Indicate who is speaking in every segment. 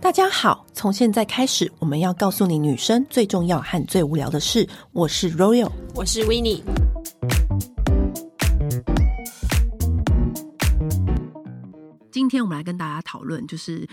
Speaker 1: 大家好，从现在开始，我们要告诉你女生最重要和最无聊的事。我是 Royal，
Speaker 2: 我是 w i n n i e
Speaker 1: 今天我们来跟大家讨论，就是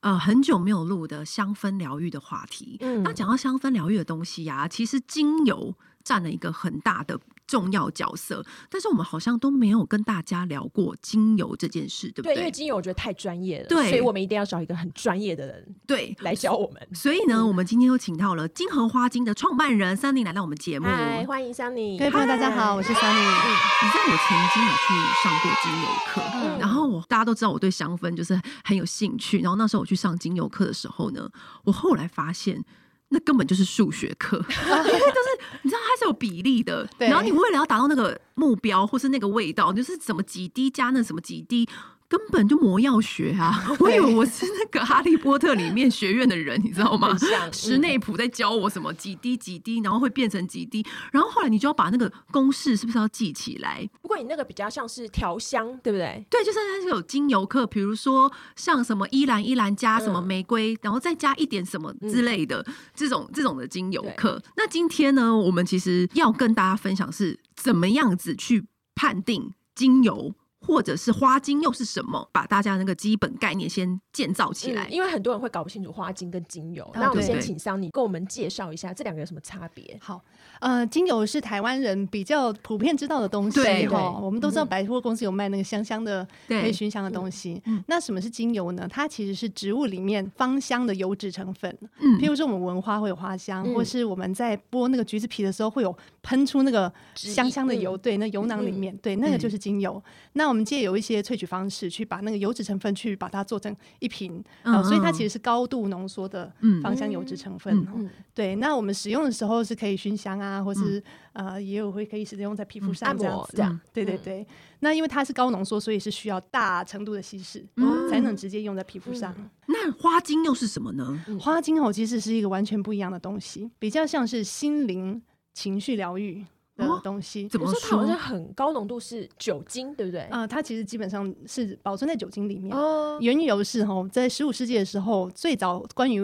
Speaker 1: 呃很久没有录的香氛疗愈的话题。
Speaker 2: 嗯
Speaker 1: 那讲到香氛疗愈的东西呀、其实精油占了一个很大的重要角色，但是我们好像都没有跟大家聊过精油这件事，对不
Speaker 2: 对，因为
Speaker 1: 对？
Speaker 2: 精油我觉得太专业了，
Speaker 1: 对
Speaker 2: 所以我们一定要找一个很专业的人
Speaker 1: 对。
Speaker 2: 来教我们。
Speaker 1: 所以呢，我们今天又请到了金合花精的创办人三林来到我们节目。
Speaker 2: 嗨，欢迎桑尼。
Speaker 3: 嗯各位朋友，大家好，我是 Sunny。
Speaker 1: 你知道我曾经有去上过精油课，
Speaker 2: 嗯
Speaker 1: 然后我大家都知道我对香氛就是很有兴趣，然后那时候我去上精油课的时候呢，我后来发现。那根本就是数学 课，因为就是你知道它是有比例的，
Speaker 3: 对
Speaker 1: 然后你为了要达到那个目标或是那个味道，就是怎么几滴加那什么几滴，根本就魔药学 啊！我以为我是那个哈利波特里面学院的人，你知道吗
Speaker 2: 很？像
Speaker 1: 室内谱在教我什么几滴几滴，然后会变成几滴，然后后来你就要把那个公式是不是要记起来？
Speaker 2: 不过你那个比较像是调香，对不对？
Speaker 1: 对，就是它是有精油课，比如说像什么依兰依兰加什么
Speaker 2: 嗯
Speaker 1: 玫瑰，然后再加一点什么之类的、这种这种的精油
Speaker 2: 对
Speaker 1: 课。那今天呢，我们其实要跟大家分享是怎么样子去判定精油。或者是花精又是什么？把大家那个基本概念先建造起来。
Speaker 2: 嗯因为很多人会搞不清楚花精跟精油。
Speaker 3: 哦
Speaker 2: 那我们
Speaker 3: 对
Speaker 2: 先
Speaker 1: 对
Speaker 2: 请桑尼跟我们介绍一下这两个有什么差别？
Speaker 3: 好，呃，精油是台湾人比较普遍知道的东西
Speaker 1: 对嗯
Speaker 3: 哈。
Speaker 2: 对
Speaker 3: 我们都知道百货公司有卖那个香香的
Speaker 1: 对
Speaker 3: 可以熏香的东西
Speaker 1: 嗯嗯。
Speaker 3: 那什么是精油呢？它其实是植物里面芳香的油脂成分。
Speaker 1: 嗯
Speaker 3: 譬如说我们闻花会有花香，
Speaker 2: 嗯
Speaker 3: 或是我们在剥那个橘子皮的时候会有喷出那个香香的
Speaker 1: 嗯
Speaker 3: 油，对，那油囊里面，对，那个就是精油。那我们借由一些萃取方式去把那个油脂成分去把它做成一瓶，
Speaker 1: 嗯
Speaker 2: 哦
Speaker 3: 呃所以它
Speaker 1: 嗯
Speaker 3: 其实是高度浓缩的
Speaker 1: 嗯
Speaker 3: 芳香油脂成分。哦
Speaker 2: 嗯
Speaker 3: 对，那我们使用的时候是可以熏香啊，或是、呃，也有会可以使用在皮肤
Speaker 2: 嗯
Speaker 3: 上
Speaker 2: 按
Speaker 3: 这样
Speaker 2: 摩
Speaker 3: 子。嗯
Speaker 2: 这样，嗯
Speaker 3: 对对对，那因为它是高浓缩，所以是需要大程度的稀释，
Speaker 1: 嗯
Speaker 2: 哦
Speaker 3: 才能直接用在皮肤上。
Speaker 2: 嗯
Speaker 3: 嗯
Speaker 1: 那花精又是什么呢？
Speaker 3: 花精油其实是一个完全不一样的东西，比较像是心灵情绪疗愈
Speaker 1: 哦
Speaker 3: 的东西。
Speaker 1: 怎
Speaker 2: 我
Speaker 1: 么
Speaker 2: 说它
Speaker 1: 说
Speaker 2: 好？像很高浓度是酒精，对不对？
Speaker 3: 啊、它其实基本上是保存在酒精里面。
Speaker 2: 哦，
Speaker 3: 原油是哈，在十五世纪的时候，最早关于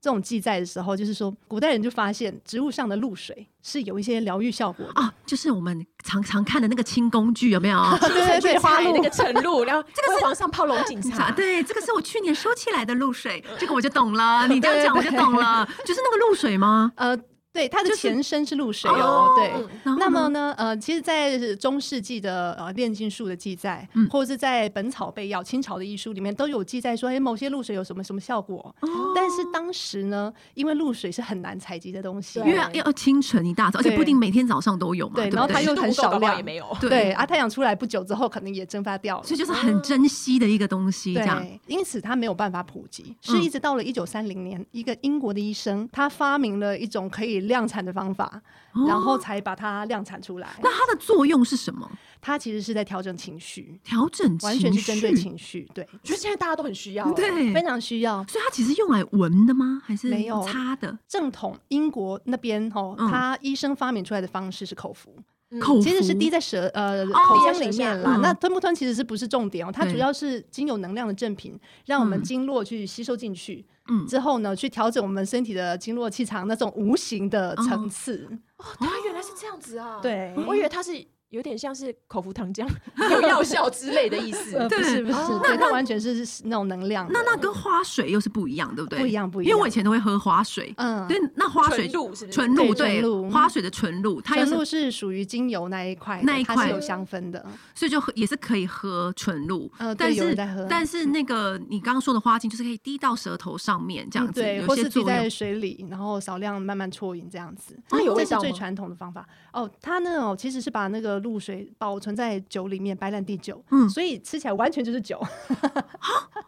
Speaker 3: 这种记载的时候，就是说古代人就发现植物上的露水是有一些疗愈效果的。
Speaker 1: 啊，就是我们常常看的那个清宫剧，有 没有？
Speaker 3: 对对对，花
Speaker 2: 那
Speaker 3: 露
Speaker 2: 个晨露，然后这个是皇上泡龙井茶，
Speaker 1: 对，这个是我去年收起来 的露水，这个我就懂了。你这样讲我就懂了，就是那个露水吗？
Speaker 3: 呃，对，它的
Speaker 1: 就是
Speaker 3: 前身是露水
Speaker 2: 哦
Speaker 3: 哦，对。
Speaker 2: 嗯
Speaker 1: 然后
Speaker 3: 那么
Speaker 1: 呢
Speaker 3: 呢，呃，其实，在中世纪的呃炼金术的记载，
Speaker 1: 嗯
Speaker 3: 或者是在《本草备药》清朝的医书里面，都有记载说，哎，某些露水有什么什么效果。
Speaker 1: 哦
Speaker 3: 但是当时呢，因为露水是很难采集的东西，
Speaker 2: 对
Speaker 1: 因为要要清晨一大早，而且
Speaker 3: 对
Speaker 1: 不一定每天早上都有嘛，
Speaker 3: 对
Speaker 1: 对不
Speaker 3: 然后它
Speaker 1: 对
Speaker 3: 又
Speaker 2: 湿度
Speaker 3: 很
Speaker 2: 不够
Speaker 3: 少
Speaker 2: 搞不好
Speaker 3: 量
Speaker 2: 也没有。
Speaker 3: 对啊，太阳出来不久之后，可能也蒸发掉了
Speaker 1: 所。以就是很珍惜的一个东西，这样。
Speaker 3: 对，因此它没有办法普及，是
Speaker 1: 嗯
Speaker 3: 一直到了一九三零年，一个英国的医生他发明了一种可以量产的方法，然后才把它量产出来。
Speaker 1: 哦那它的作用是什么？
Speaker 3: 它其实是在调整情绪，
Speaker 1: 调整
Speaker 3: 完全
Speaker 1: 情
Speaker 3: 是针对
Speaker 1: 绪，
Speaker 3: 情绪，对，
Speaker 2: 我觉得现在大家都很需要，
Speaker 1: 对
Speaker 3: 非。常需要。
Speaker 1: 所以它其实用来闻的吗？还是
Speaker 3: 没有
Speaker 1: 擦的？
Speaker 3: 正统英国那边哦，
Speaker 1: 嗯
Speaker 3: 他医生发明出来的方式是口服，
Speaker 2: 嗯
Speaker 1: 口
Speaker 3: 其实
Speaker 1: 服
Speaker 3: 是滴在舌呃
Speaker 1: 哦
Speaker 3: 口腔里面啦
Speaker 1: 嗯。
Speaker 3: 那吞不吞其实是不是重点哦？它
Speaker 1: 对
Speaker 3: 主要是经有能量的正品，让我们
Speaker 1: 嗯
Speaker 3: 经络去吸收进去，
Speaker 1: 嗯
Speaker 3: 之后呢，去调整我们身体的经络气场那种无形的层次。
Speaker 2: 哦，它原来是这样子
Speaker 1: 哦
Speaker 2: 啊！
Speaker 3: 对
Speaker 2: 我以为它是有点像是口服糖 浆有药效之类的意思。
Speaker 3: 呃，不是
Speaker 1: 对
Speaker 3: 不是，
Speaker 2: 哦
Speaker 3: 对，它完全是是那种能量的。
Speaker 1: 那那跟花水又是不一样，对不对？
Speaker 3: 不一样不一
Speaker 1: 因为
Speaker 3: 样
Speaker 1: 我以前都会喝花水，
Speaker 3: 嗯，
Speaker 1: 对，那花水
Speaker 2: 纯露是不是
Speaker 1: 纯露
Speaker 3: 对
Speaker 1: 对
Speaker 3: 纯露
Speaker 1: 花水的纯露，它又
Speaker 3: 纯
Speaker 1: 是
Speaker 3: 露是属于精油那一块的，
Speaker 1: 那一
Speaker 3: 它
Speaker 1: 块
Speaker 3: 是有香氛的。
Speaker 1: 所以就喝也是可以喝纯露，
Speaker 3: 呃对
Speaker 1: 但
Speaker 3: 有
Speaker 1: 是
Speaker 3: 人在喝嗯
Speaker 1: 但是那个你刚刚说的花精就是可以滴到舌头上面这样子，
Speaker 3: 嗯对，
Speaker 1: 有
Speaker 3: 或
Speaker 1: 些
Speaker 3: 是
Speaker 1: 作
Speaker 3: 滴在
Speaker 1: 用。
Speaker 3: 水里，然后少量慢慢啜饮这样子。
Speaker 2: 那有味
Speaker 3: 这是
Speaker 2: 道
Speaker 3: 最
Speaker 2: 吗
Speaker 3: 传统的方法哦。它呢哦，其实是把那个露水保存在酒里面，白兰地酒，
Speaker 1: 嗯
Speaker 3: 所以吃起来完全就是
Speaker 2: 哦
Speaker 3: 酒。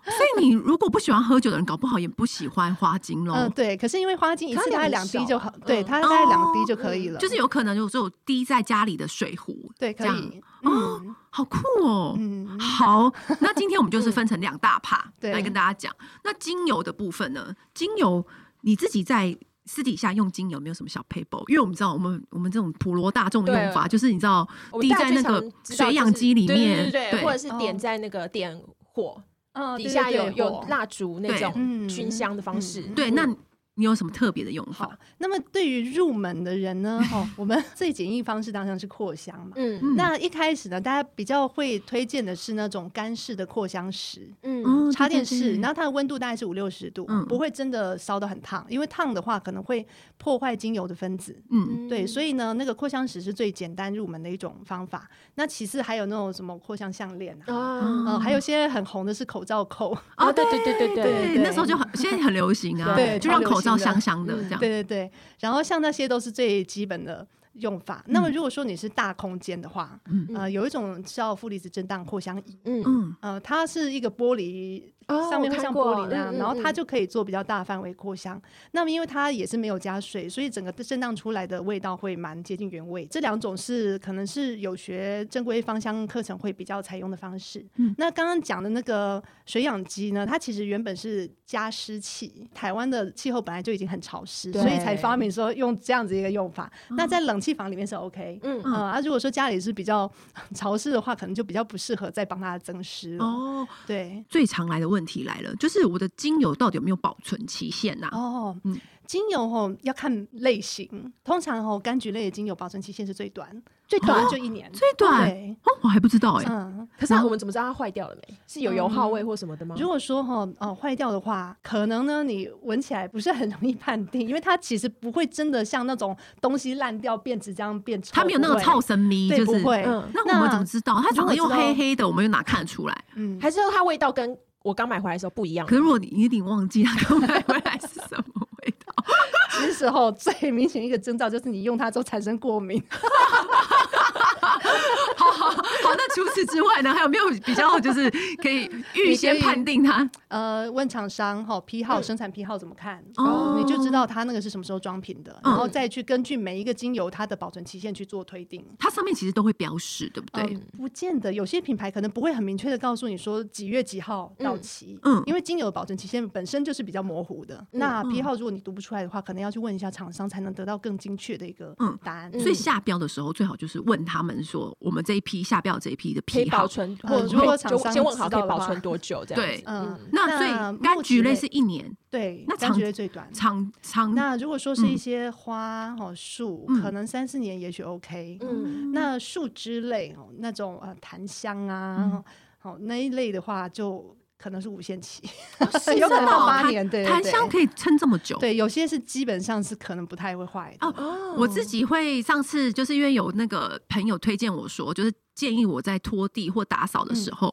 Speaker 1: 所以你如果不喜欢喝酒的人，搞不好也不喜欢花精喽。
Speaker 3: 嗯，对。可是因为花精一
Speaker 2: 它
Speaker 3: 次
Speaker 2: 量
Speaker 3: 大概
Speaker 2: 很
Speaker 3: 两滴
Speaker 2: 少
Speaker 3: 就
Speaker 2: 啊
Speaker 3: 好，对，
Speaker 2: 嗯
Speaker 3: 它大概两
Speaker 1: 哦
Speaker 3: 滴就可以了，
Speaker 1: 就是有可能有时候滴在家里的水壶，
Speaker 3: 对，可
Speaker 1: 这样
Speaker 3: 以。
Speaker 1: 哦，好酷哦。
Speaker 3: 嗯，
Speaker 1: 好，那今天我们就是分成两大趴
Speaker 3: 对
Speaker 1: 来跟大家讲。那精油的部分呢？精油你自己在私底下用精油有没有什么小 paper？因为我们知道，我们我们这种普罗大众的用法，
Speaker 2: 对
Speaker 1: 就是你知道
Speaker 2: 我们
Speaker 1: 滴
Speaker 2: 大
Speaker 1: 在
Speaker 2: 家最
Speaker 1: 那
Speaker 2: 常
Speaker 1: 个
Speaker 2: 知道
Speaker 1: 水
Speaker 2: 就是
Speaker 1: 养机里面，
Speaker 2: 对对对对，或者是点
Speaker 3: 哦
Speaker 2: 在那个点火。
Speaker 3: 嗯，
Speaker 2: 底
Speaker 3: 对
Speaker 2: 下
Speaker 3: 对
Speaker 2: 有
Speaker 3: 对
Speaker 2: 有
Speaker 3: 火
Speaker 2: 蜡烛那
Speaker 1: 对
Speaker 2: 种
Speaker 3: 嗯
Speaker 2: 熏香的方式。
Speaker 3: 嗯
Speaker 1: 对，那你有什么特别的用
Speaker 3: 好
Speaker 1: 法？，
Speaker 3: 那么对于入门的人 呢，哦，我们 最简易方式当然是扩香嘛。
Speaker 2: 嗯
Speaker 1: 嗯
Speaker 3: 那一开始呢，大家比较会推荐的是那种干式的扩香石。
Speaker 2: 嗯
Speaker 1: 哦
Speaker 3: 插电
Speaker 1: 对
Speaker 3: 式，
Speaker 1: 对对
Speaker 3: 然后它的温度大概是五六十度，
Speaker 1: 嗯
Speaker 3: 不会真的烧得很烫，因为烫的话可能会破坏精油的分子。
Speaker 1: 嗯
Speaker 3: 对，所
Speaker 2: 以
Speaker 3: 以呢，那个扩香石是最简单入门的一种方法。那其次还有那种什么扩香项链
Speaker 1: 哦
Speaker 3: 啊，
Speaker 2: 啊
Speaker 3: 呃，还有些很红的是口罩扣，
Speaker 2: 啊，对对对对对，
Speaker 1: 对，
Speaker 3: 对
Speaker 1: 那时候就很现在很流行啊，
Speaker 3: 对
Speaker 1: 就让
Speaker 3: 超流行
Speaker 1: 口罩
Speaker 3: 的
Speaker 1: 香香的
Speaker 2: 嗯
Speaker 1: 这样，
Speaker 3: 对对对。然后像那些都是最基本的用法。那么如果说你是大空间的话，
Speaker 1: 嗯
Speaker 3: 呃，有一种叫负离子震荡扩香仪，
Speaker 2: 嗯，
Speaker 1: 嗯
Speaker 3: 呃，它是一个玻璃。
Speaker 2: 哦
Speaker 3: 上面
Speaker 2: 我
Speaker 3: 会
Speaker 2: 看
Speaker 3: 像
Speaker 2: 过
Speaker 3: 玻璃那样，
Speaker 2: 嗯嗯
Speaker 3: 然后它
Speaker 2: 嗯
Speaker 3: 就可以做比较大范围扩香。那么因为它也是没有加水，所以整个震荡出来的味道会蛮接近原味。这两种是可能是有学正规芳香课程会比较采用的方式。
Speaker 1: 嗯
Speaker 3: 那刚刚讲的那个水养机呢，它其实原本是加湿器。台湾的气候本来就已经很潮湿，
Speaker 2: 对哦
Speaker 3: 所以才发明说用这样子一个用法。那在冷气房里面是 OK。
Speaker 2: 嗯
Speaker 3: 嗯啊，如果说家里是比较 潮湿的话，可能就比较不适合再帮它增湿了。
Speaker 1: 哦，
Speaker 3: 对，
Speaker 1: 最常来的问题来了，就是我的精油到底有没有保存期限呐、
Speaker 3: 哦，
Speaker 1: 嗯
Speaker 3: 精油哦要看类型，通常哦柑橘类的精油保存期限是最短，
Speaker 2: 最短
Speaker 3: 就一年。
Speaker 1: 最短
Speaker 3: 对，
Speaker 1: 哦，我还不知道哎、
Speaker 3: 嗯，
Speaker 2: 可是啊我们怎么知道它坏掉了没？是有油耗味或什么的吗？
Speaker 3: 如果说哈哦呃坏掉的话，可能呢你闻起来不是很容易判定，因为它其实不会真的像那种东西烂掉变质这样变臭，
Speaker 1: 它没有那
Speaker 3: 不
Speaker 1: 种
Speaker 3: 会
Speaker 1: 臭，生咪，
Speaker 3: 对，
Speaker 1: 就
Speaker 3: 不
Speaker 1: 是。
Speaker 3: 会，
Speaker 2: 嗯
Speaker 1: 那我们怎么知道？它长得
Speaker 3: 如
Speaker 1: 又
Speaker 3: 果知道
Speaker 1: 黑黑的，我们又哪看得出来？
Speaker 3: 嗯，
Speaker 2: 还是说它味道跟我刚买回来的时候不一样
Speaker 1: 可？是如果你你一定忘记它刚买回来是什么味道，
Speaker 3: 这时候最明显一个征兆就是你用它之后产生过敏。
Speaker 1: 好好好，那除此之外呢，还有没有比较就是可 以预先判定它？
Speaker 3: 呃，问厂商哈批号、
Speaker 2: 嗯
Speaker 3: 生产批号怎么看，
Speaker 1: 哦嗯
Speaker 3: 哦，你就知道它那个是什么时候装瓶的，然后再去根据每一个精油它的保存期限去做推定。
Speaker 1: 它上面其实都会标示，对不对？
Speaker 3: 呃不见得，有些品牌可能不会很明确的告诉你说几月几号到期，
Speaker 1: 嗯嗯嗯
Speaker 3: 因为精油的保存期限本身就是比较模糊的。那批号如果你读不出来的话，可能要去问一下厂商，才能得到更精确的一个
Speaker 1: 嗯
Speaker 3: 答案。
Speaker 1: 所以下标的时候，最好就是问他们说，我们这一批下标这一批的
Speaker 2: 可以
Speaker 1: 批
Speaker 2: 保
Speaker 1: 号。
Speaker 2: 存，
Speaker 3: 呃
Speaker 2: 或者
Speaker 3: 如果
Speaker 2: 就
Speaker 3: 厂商
Speaker 2: 先问好可
Speaker 3: 知道
Speaker 2: 以
Speaker 3: 的
Speaker 2: 保
Speaker 3: 话
Speaker 2: 存多久这样
Speaker 1: 对
Speaker 2: 子？
Speaker 3: 嗯
Speaker 2: 嗯，
Speaker 1: 那所以
Speaker 3: 那
Speaker 1: 柑橘类
Speaker 3: 木质类
Speaker 1: 是一年，
Speaker 3: 对，
Speaker 1: 那
Speaker 3: 柑
Speaker 1: 长
Speaker 3: 橘类最短。
Speaker 1: 长长
Speaker 3: 那如果说是一些花哦树，
Speaker 1: 嗯
Speaker 3: 可能三四年也许 OK。
Speaker 2: 嗯，
Speaker 3: 那树枝类哦，那种呃檀香
Speaker 1: 嗯
Speaker 3: 啊，好、那一类的话，就可能是无限期，
Speaker 1: 是
Speaker 3: 有可能
Speaker 1: 真的哦
Speaker 3: 到八
Speaker 1: 檀
Speaker 3: 年。对对
Speaker 1: 檀
Speaker 3: 对
Speaker 1: 香可以撑这么久。
Speaker 3: 对，有些是基本上是可能不太会坏的。
Speaker 1: 哦我自己会上次就是因为有那个朋友推荐我说，就是建议我在拖地或打扫的时候，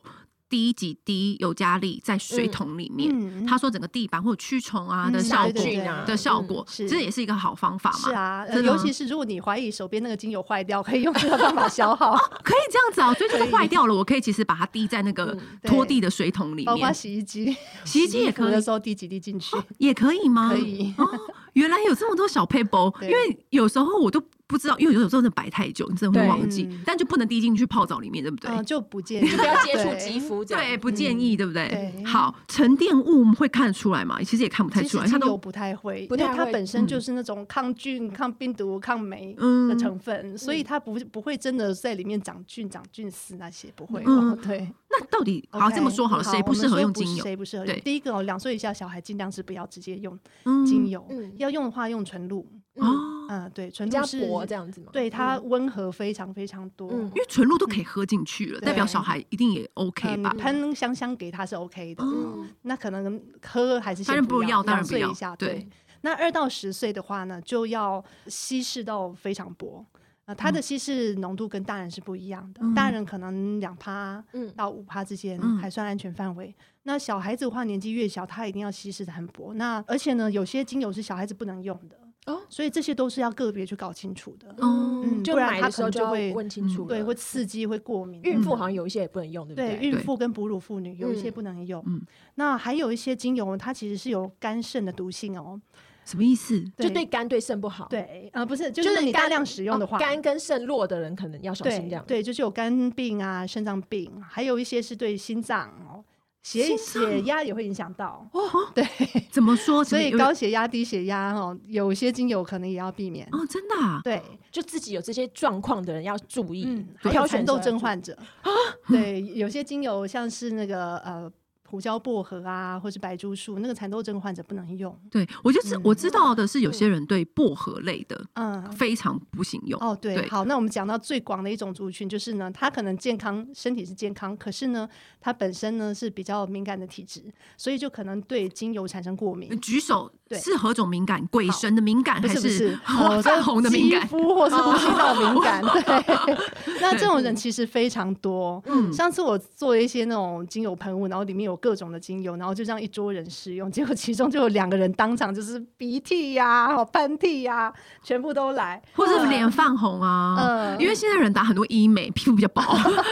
Speaker 1: 滴几滴尤加利在水桶里面。
Speaker 3: 嗯嗯
Speaker 1: 他说整个地板会有驱虫啊
Speaker 3: 嗯
Speaker 1: 的效
Speaker 2: 杀
Speaker 1: 果
Speaker 2: 菌啊
Speaker 1: 的效果，
Speaker 3: 是
Speaker 1: 这也是一个好方法嘛？
Speaker 3: 是啊，呃
Speaker 1: 真的吗
Speaker 3: 尤其是如果你怀疑手边那个精油坏掉，可以用这个方法消耗，
Speaker 1: 可以这样子啊，所以就是坏掉了，我可以其实把它滴在那个
Speaker 3: 嗯对
Speaker 1: 拖地的水桶 里
Speaker 3: 包括
Speaker 1: 面，
Speaker 3: 洗衣机，
Speaker 1: 洗衣机也
Speaker 3: 服
Speaker 1: 可
Speaker 3: 的
Speaker 1: 以，哦
Speaker 3: 时候滴几滴进去。
Speaker 1: 也可以吗？
Speaker 3: 可以
Speaker 1: 哦，原来有这么多小 paper，因
Speaker 3: 对
Speaker 1: 为有时候我都不知道，因为有时候真的摆太久，你真的会
Speaker 2: 对
Speaker 1: 忘记
Speaker 3: 嗯，
Speaker 1: 但就不能滴进去泡澡里面，对不对？
Speaker 3: 嗯，就不建议
Speaker 2: 不要接触
Speaker 3: 对
Speaker 2: 肌肤这样。
Speaker 1: 对，不建议，对不嗯对？
Speaker 3: 对
Speaker 1: 好，沉淀物会看得出来嘛？其实也看不太
Speaker 3: 其
Speaker 1: 出来，
Speaker 3: 实
Speaker 1: 它
Speaker 3: 精油
Speaker 1: 都
Speaker 3: 不太会，
Speaker 2: 不
Speaker 3: 因为
Speaker 2: 太
Speaker 3: 它
Speaker 2: 会
Speaker 3: 本
Speaker 1: 嗯
Speaker 3: 身就是那种抗菌、抗病毒、抗霉的成分，所
Speaker 1: 嗯
Speaker 3: 以它不不会真的在里面长菌、长菌丝那些不会。
Speaker 1: 嗯
Speaker 3: 哦， 对，
Speaker 1: 那到底好
Speaker 3: OK，
Speaker 1: 这么说好了，谁
Speaker 3: 我
Speaker 1: 不
Speaker 3: 们
Speaker 1: 适合
Speaker 3: 说
Speaker 1: 用
Speaker 3: 不
Speaker 1: 精油？
Speaker 3: 谁不适合用
Speaker 1: 对？
Speaker 3: 第一个哦，两岁以下小孩尽量是不要直接用
Speaker 1: 嗯
Speaker 3: 精油，
Speaker 2: 嗯
Speaker 3: 要用的话用纯露。
Speaker 2: 嗯，
Speaker 1: 哦，
Speaker 3: 嗯，对，纯
Speaker 2: 比
Speaker 3: 露
Speaker 2: 较
Speaker 3: 是
Speaker 2: 薄这样子嘛。
Speaker 3: 对它温和非常非常多。
Speaker 2: 嗯
Speaker 1: 因为纯露都可以喝进去了，
Speaker 3: 对
Speaker 1: 代表小孩一定也 OK
Speaker 3: 嗯，
Speaker 1: 吧？
Speaker 3: 喷香香给他是 OK
Speaker 2: 嗯
Speaker 3: 的，
Speaker 1: 哦
Speaker 3: 那可能喝还是先
Speaker 1: 当然不
Speaker 3: 不
Speaker 1: 要当然
Speaker 3: 两
Speaker 1: 不
Speaker 3: 岁
Speaker 1: 要
Speaker 3: 以下
Speaker 1: 对
Speaker 3: 对。那二到十岁的话呢，就要稀释到非常薄，呃，它的稀释浓度跟大人是不一样的，
Speaker 1: 嗯
Speaker 3: 大人可能两趴
Speaker 2: 嗯
Speaker 3: 到五趴之间
Speaker 1: 嗯
Speaker 3: 还算安全范围。那小孩子的话，年纪越小，他一定要稀释的很薄。那而且呢，有些精油是小孩子不能用的，
Speaker 2: 哦
Speaker 3: 所以这些都是要个别去搞清楚
Speaker 1: 哦
Speaker 3: 的。
Speaker 2: 嗯，
Speaker 3: 嗯
Speaker 2: 就
Speaker 3: 不然
Speaker 2: 买的
Speaker 3: 它可
Speaker 2: 时候
Speaker 3: 能
Speaker 2: 就
Speaker 3: 就
Speaker 2: 要
Speaker 3: 会嗯
Speaker 2: 问清楚了。
Speaker 3: 对，会刺激，会过敏。嗯
Speaker 2: 孕妇好像有一些也不能用，对不
Speaker 3: 对，
Speaker 2: 对？
Speaker 3: 孕
Speaker 1: 对
Speaker 3: 妇跟哺乳妇女有一些
Speaker 2: 嗯
Speaker 3: 不能用。
Speaker 1: 嗯
Speaker 3: 那还有一些精油，它其实是有肝肾的毒性哦。
Speaker 1: 什么意思？
Speaker 2: 就对肝对肾不好。，
Speaker 3: 对，呃，不是，就是你大
Speaker 2: 肝
Speaker 3: 量使用的话，
Speaker 2: 哦肝跟肾弱的人可能要小心这
Speaker 3: 对
Speaker 2: 样。
Speaker 3: 对，就是有肝病啊、肾脏病，还有一些是对心脏哦，血
Speaker 1: 心脏
Speaker 3: 血压也会影响到。
Speaker 1: 哦，
Speaker 3: 对，
Speaker 1: 怎么说？
Speaker 3: 所以
Speaker 1: 怎么有
Speaker 3: 高血压、低血压哦，有些精油可能也要避免。
Speaker 1: 哦，真的啊，
Speaker 3: 对，
Speaker 2: 就自己有这些状况的人要注意
Speaker 3: 嗯，，还有
Speaker 2: 挑
Speaker 3: 蚕
Speaker 2: 选
Speaker 3: 豆
Speaker 2: 的时
Speaker 3: 症
Speaker 2: 候要
Speaker 3: 患者啊，对，有些精油像是那个呃。胡椒薄荷啊，或是白珠树，那个蚕豆症患者不能用。
Speaker 1: 对我就是我知道的是，有些人对薄荷类的
Speaker 3: 嗯，
Speaker 1: 非常不行用。
Speaker 3: 哦，对，
Speaker 1: 对
Speaker 3: 好，那我们讲到最广的一种族群，就是呢，他可能健康，身体是健康，可是呢，他本身呢是比较敏感的体质，所以就可能对精油产生过敏。
Speaker 1: 举手
Speaker 3: 对
Speaker 1: 是何种敏感？鬼神的敏感嗯
Speaker 3: 不
Speaker 1: 还
Speaker 3: 是不 是，
Speaker 1: 花
Speaker 3: 呃
Speaker 1: 泛红的敏
Speaker 3: 肌
Speaker 1: 感？哦
Speaker 3: 肤或是呼吸道敏感， 对。那这种人其实非常多。
Speaker 1: 嗯
Speaker 3: 上次我做一些那种精油喷雾，然后里面有各种的精油，然后就这样一桌人试用，结果其中就有两个人当场就是鼻涕呀、哦喷嚏呀，全部都来，
Speaker 1: 或是脸泛红啊，
Speaker 3: 嗯
Speaker 1: 因为现在人打很多医美，皮肤比较 薄，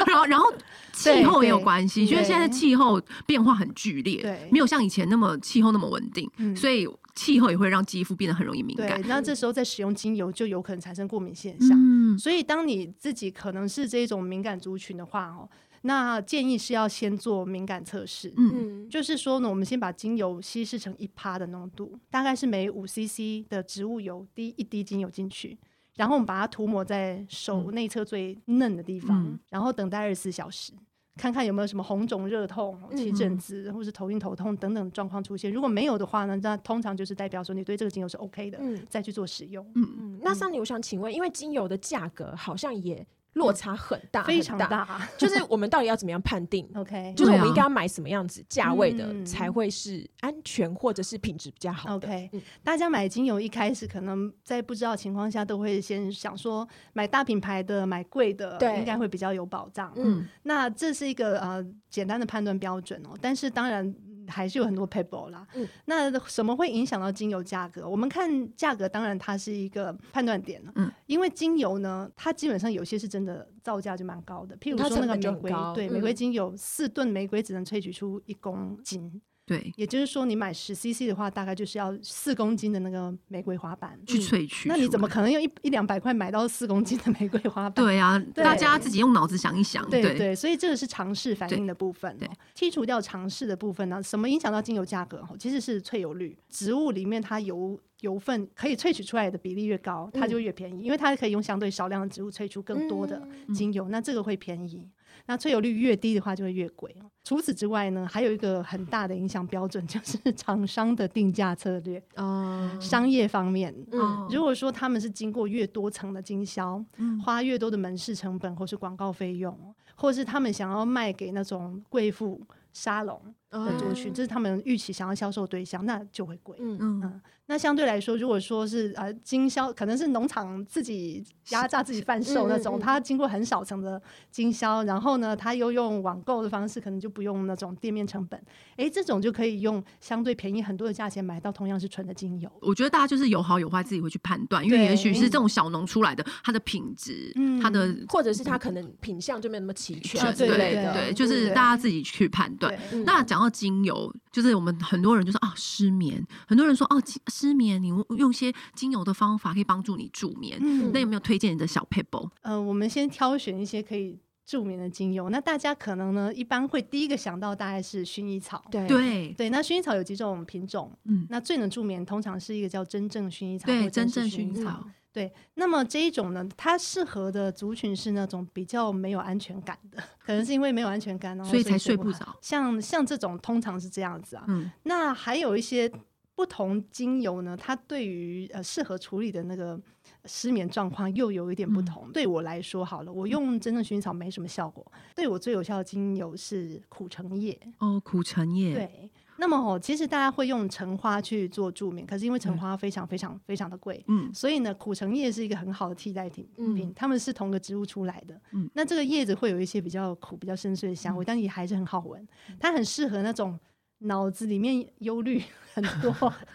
Speaker 1: 然后然后气候也有关系，
Speaker 3: 对
Speaker 1: 因为现在
Speaker 3: 对
Speaker 1: 气候变化很剧烈，
Speaker 3: 对
Speaker 1: 没有像以前那么气候那么稳定，
Speaker 3: 嗯
Speaker 1: 所以气候也会让肌肤变得很容易敏
Speaker 3: 对
Speaker 1: 感，。
Speaker 3: 那这时候再使用精油就有可能产生过敏现象。
Speaker 1: 嗯，
Speaker 3: 所以，当你自己可能是这种敏感族群的话，哦，那建议是要先做敏感测试。
Speaker 1: 嗯
Speaker 2: 嗯，
Speaker 3: 就是说呢，我们先把精油稀释成一趴的浓度，大概是每五 CC 的植物油滴一滴精油进去，然后我们把它涂抹在
Speaker 2: 嗯
Speaker 3: 手内侧最嫩的地方，
Speaker 1: 嗯
Speaker 3: 然后等待二十四小时，看看有没有什么红肿、热痛、
Speaker 2: 嗯
Speaker 3: 起疹子或是头晕头痛等等状况出现。如果没有的话呢，那通常就是代表说你对这个精油是 OK 的，
Speaker 2: 嗯
Speaker 3: 再去做使用。
Speaker 1: 嗯，
Speaker 2: 嗯，那桑尼，我想请问，因为精油的价格好像也落差很大，
Speaker 3: 嗯非常
Speaker 2: 很大，
Speaker 3: 大
Speaker 2: 就是我们到底要怎么样判定？
Speaker 3: ，OK，
Speaker 2: 就是我
Speaker 1: 对啊
Speaker 2: 们应该要买什么样子价位的
Speaker 3: 嗯
Speaker 2: 才会是安全或者是品质比较好的？
Speaker 3: OK，、
Speaker 2: 嗯
Speaker 3: 大家买精油一开始可能在不知道的情况下，都会先想说买大品牌的、买贵的，
Speaker 2: 对
Speaker 3: 应该会比较有保障。
Speaker 2: 嗯
Speaker 3: 那这是一个呃简单的判断标准哦，但是当然嗯还是有很多 paper 啦。
Speaker 2: 嗯
Speaker 3: 那什么会影响到精油价格？我们看价格，当然它是一个判断点了。
Speaker 1: 嗯，
Speaker 3: 因为精油呢，它基本上有些是真的造价就蛮高的，譬如说那个
Speaker 2: 它成本就
Speaker 3: 玫
Speaker 2: 很
Speaker 3: 瑰，
Speaker 2: 高
Speaker 3: 对
Speaker 2: 嗯
Speaker 3: 玫瑰精油四吨玫瑰只能萃取出一公斤。
Speaker 1: 对，
Speaker 3: 也就是说，你买十 CC 的话，大概就是要四公斤的那个玫瑰花瓣。嗯
Speaker 1: 去萃取出来，
Speaker 3: 那你怎么可能用一一两百块买到四公斤的玫瑰花瓣？
Speaker 1: 对啊，
Speaker 3: 对
Speaker 1: 大家自己用脑子想一想，
Speaker 3: 对对
Speaker 1: 对，
Speaker 3: 所以这个是尝试反应的部分、
Speaker 1: 对
Speaker 3: 哦。剔除掉尝试的部分呢，什么影响到精油价格？哦，其实是萃油率，植物里面它油油分可以萃取出来的比例越高，它就越便宜，因为它可以用相对少量的植物萃出更多的
Speaker 2: 嗯
Speaker 3: 精油，那这个会便宜。那萃油率越低的话，就会越贵哦。除此之外呢，还有一个很大的影响标准就是厂商的定价策略，
Speaker 2: 哦，
Speaker 3: 商业方面。
Speaker 2: 嗯，
Speaker 1: 哦
Speaker 3: 如果说他们是经过越多层的经销，
Speaker 1: 嗯
Speaker 3: 花越多的门市成本或是广告费用，或是他们想要卖给那种贵妇沙龙
Speaker 1: 哦
Speaker 3: 的族群，这是他们预期想要销售对象，那就会贵。
Speaker 2: 嗯
Speaker 1: 嗯，
Speaker 3: 那相对来说，如果说是呃经销，可能是农场自己压榨自己贩售那
Speaker 2: 嗯嗯
Speaker 3: 种，
Speaker 2: 嗯
Speaker 3: 它经过很少层的经销，然后呢，它又用网购的方式，可能就不用那种店面成本，诶，这种就可以用相对便宜很多的价钱买到同样是纯的精油。
Speaker 1: 我觉得大家就是有好有坏，自己会去判断，因为
Speaker 3: 对
Speaker 1: 也许是这种小农出来的，它的品质，
Speaker 3: 嗯
Speaker 1: 它的
Speaker 2: 或者是他可能品相就没有那么齐
Speaker 3: 啊
Speaker 2: 全之
Speaker 3: 对
Speaker 2: 类
Speaker 3: 对
Speaker 2: 的，
Speaker 1: 对，
Speaker 3: 对
Speaker 1: 就是
Speaker 3: 对
Speaker 1: 大家自己去判断。
Speaker 3: 对
Speaker 2: 嗯
Speaker 1: 那讲到精油，就是我们很多人就说啊失眠，很多人说哦精失眠，你用些精油的方法可以帮助你助眠。
Speaker 3: 嗯
Speaker 1: 那有没有推荐你的小 paper？
Speaker 3: 呃，我们先挑选一些可以助眠的精油。那大家可能呢，一般会第一个想到大概是薰衣草。
Speaker 2: 对
Speaker 1: 对，
Speaker 3: 对，那薰衣草有几种品种？
Speaker 1: 嗯
Speaker 3: 那最能助眠通常是一个叫真正薰衣草，
Speaker 1: 对
Speaker 3: 或真实
Speaker 1: 真正薰衣
Speaker 3: 衣
Speaker 1: 草。
Speaker 3: 对，那么这一种呢，它适合的族群是那种比较没有安全感的，可能是因为没有安全感，然后
Speaker 1: 所以才睡
Speaker 3: 不
Speaker 1: 不
Speaker 3: 好
Speaker 1: 着。
Speaker 3: 像像这种通常是这样子啊。
Speaker 1: 嗯，
Speaker 3: 那还有一些不同精油呢，它对于呃适合处理的那个失眠状况又有一点
Speaker 1: 嗯
Speaker 3: 不同。对我来说，好了，我用真正薰衣草没什么效果，对我最有效的精油是苦橙叶。
Speaker 1: 哦，苦橙叶，
Speaker 3: 对，那么哦，其实大家会用橙花去做助眠，可是因为橙花非常非常非常的贵。
Speaker 1: 嗯
Speaker 3: 所以呢，苦橙叶是一个很好的替代品，
Speaker 2: 嗯
Speaker 3: 品它们是同个植物出来的。
Speaker 1: 嗯
Speaker 3: 那这个叶子会有一些比较苦、比较深邃的香
Speaker 2: 嗯
Speaker 3: 味，但也还是很好闻。它很适合那种脑子里面忧虑很 多，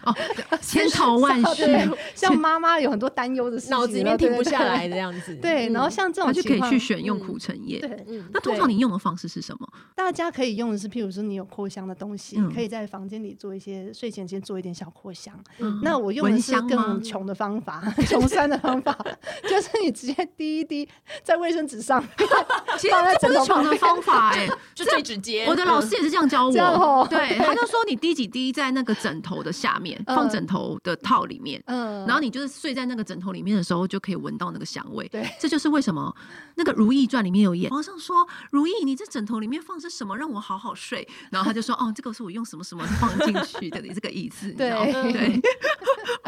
Speaker 1: 哦，千头万绪，
Speaker 3: 对像妈妈有很多担忧的事情，
Speaker 2: 嗯脑子里面停不下来嗯的样子，
Speaker 3: 对。对，对然后像这
Speaker 1: 他
Speaker 3: 种
Speaker 1: 就
Speaker 3: 情
Speaker 1: 可以
Speaker 3: 况
Speaker 1: 去选用
Speaker 2: 嗯
Speaker 1: 苦橙叶。
Speaker 3: 对。
Speaker 2: 嗯
Speaker 1: 那通常你用的方式是什么？
Speaker 3: 大家可以用的是，譬如说你有扩香的东西，
Speaker 1: 嗯
Speaker 3: 可以在房间里做一些睡前先做一点小扩香。
Speaker 2: 嗯
Speaker 3: 那我用的
Speaker 1: 蚊
Speaker 3: 是
Speaker 1: 香吗
Speaker 3: 更穷的方法， 穷酸的方法， 就是你直接滴一滴在卫生纸上，
Speaker 1: 其实
Speaker 3: 放在
Speaker 1: 这
Speaker 3: 枕
Speaker 1: 不
Speaker 3: 头
Speaker 1: 是穷
Speaker 3: 旁
Speaker 1: 的
Speaker 3: 边嗯
Speaker 1: 方法哎、
Speaker 2: 就最直接。
Speaker 1: 我的老师也是这样教
Speaker 3: 这样
Speaker 1: 我
Speaker 3: 哦，
Speaker 1: 对，对，他就说你滴几滴在那个枕头的下面，
Speaker 3: 嗯
Speaker 1: 放枕头的套里面，
Speaker 3: 嗯，
Speaker 1: 然后你就是睡在那个枕头里面的时候，就可以闻到那个香味。
Speaker 3: 对，
Speaker 1: 这就是为什么那个《如懿传》里面有演，皇上说：“如懿，你这枕头里面放是什么？让我好好 睡。”然后他就说：“哦，这个是我用什么什么放进去的，这个意思。”你知道吗
Speaker 3: 对
Speaker 1: 对，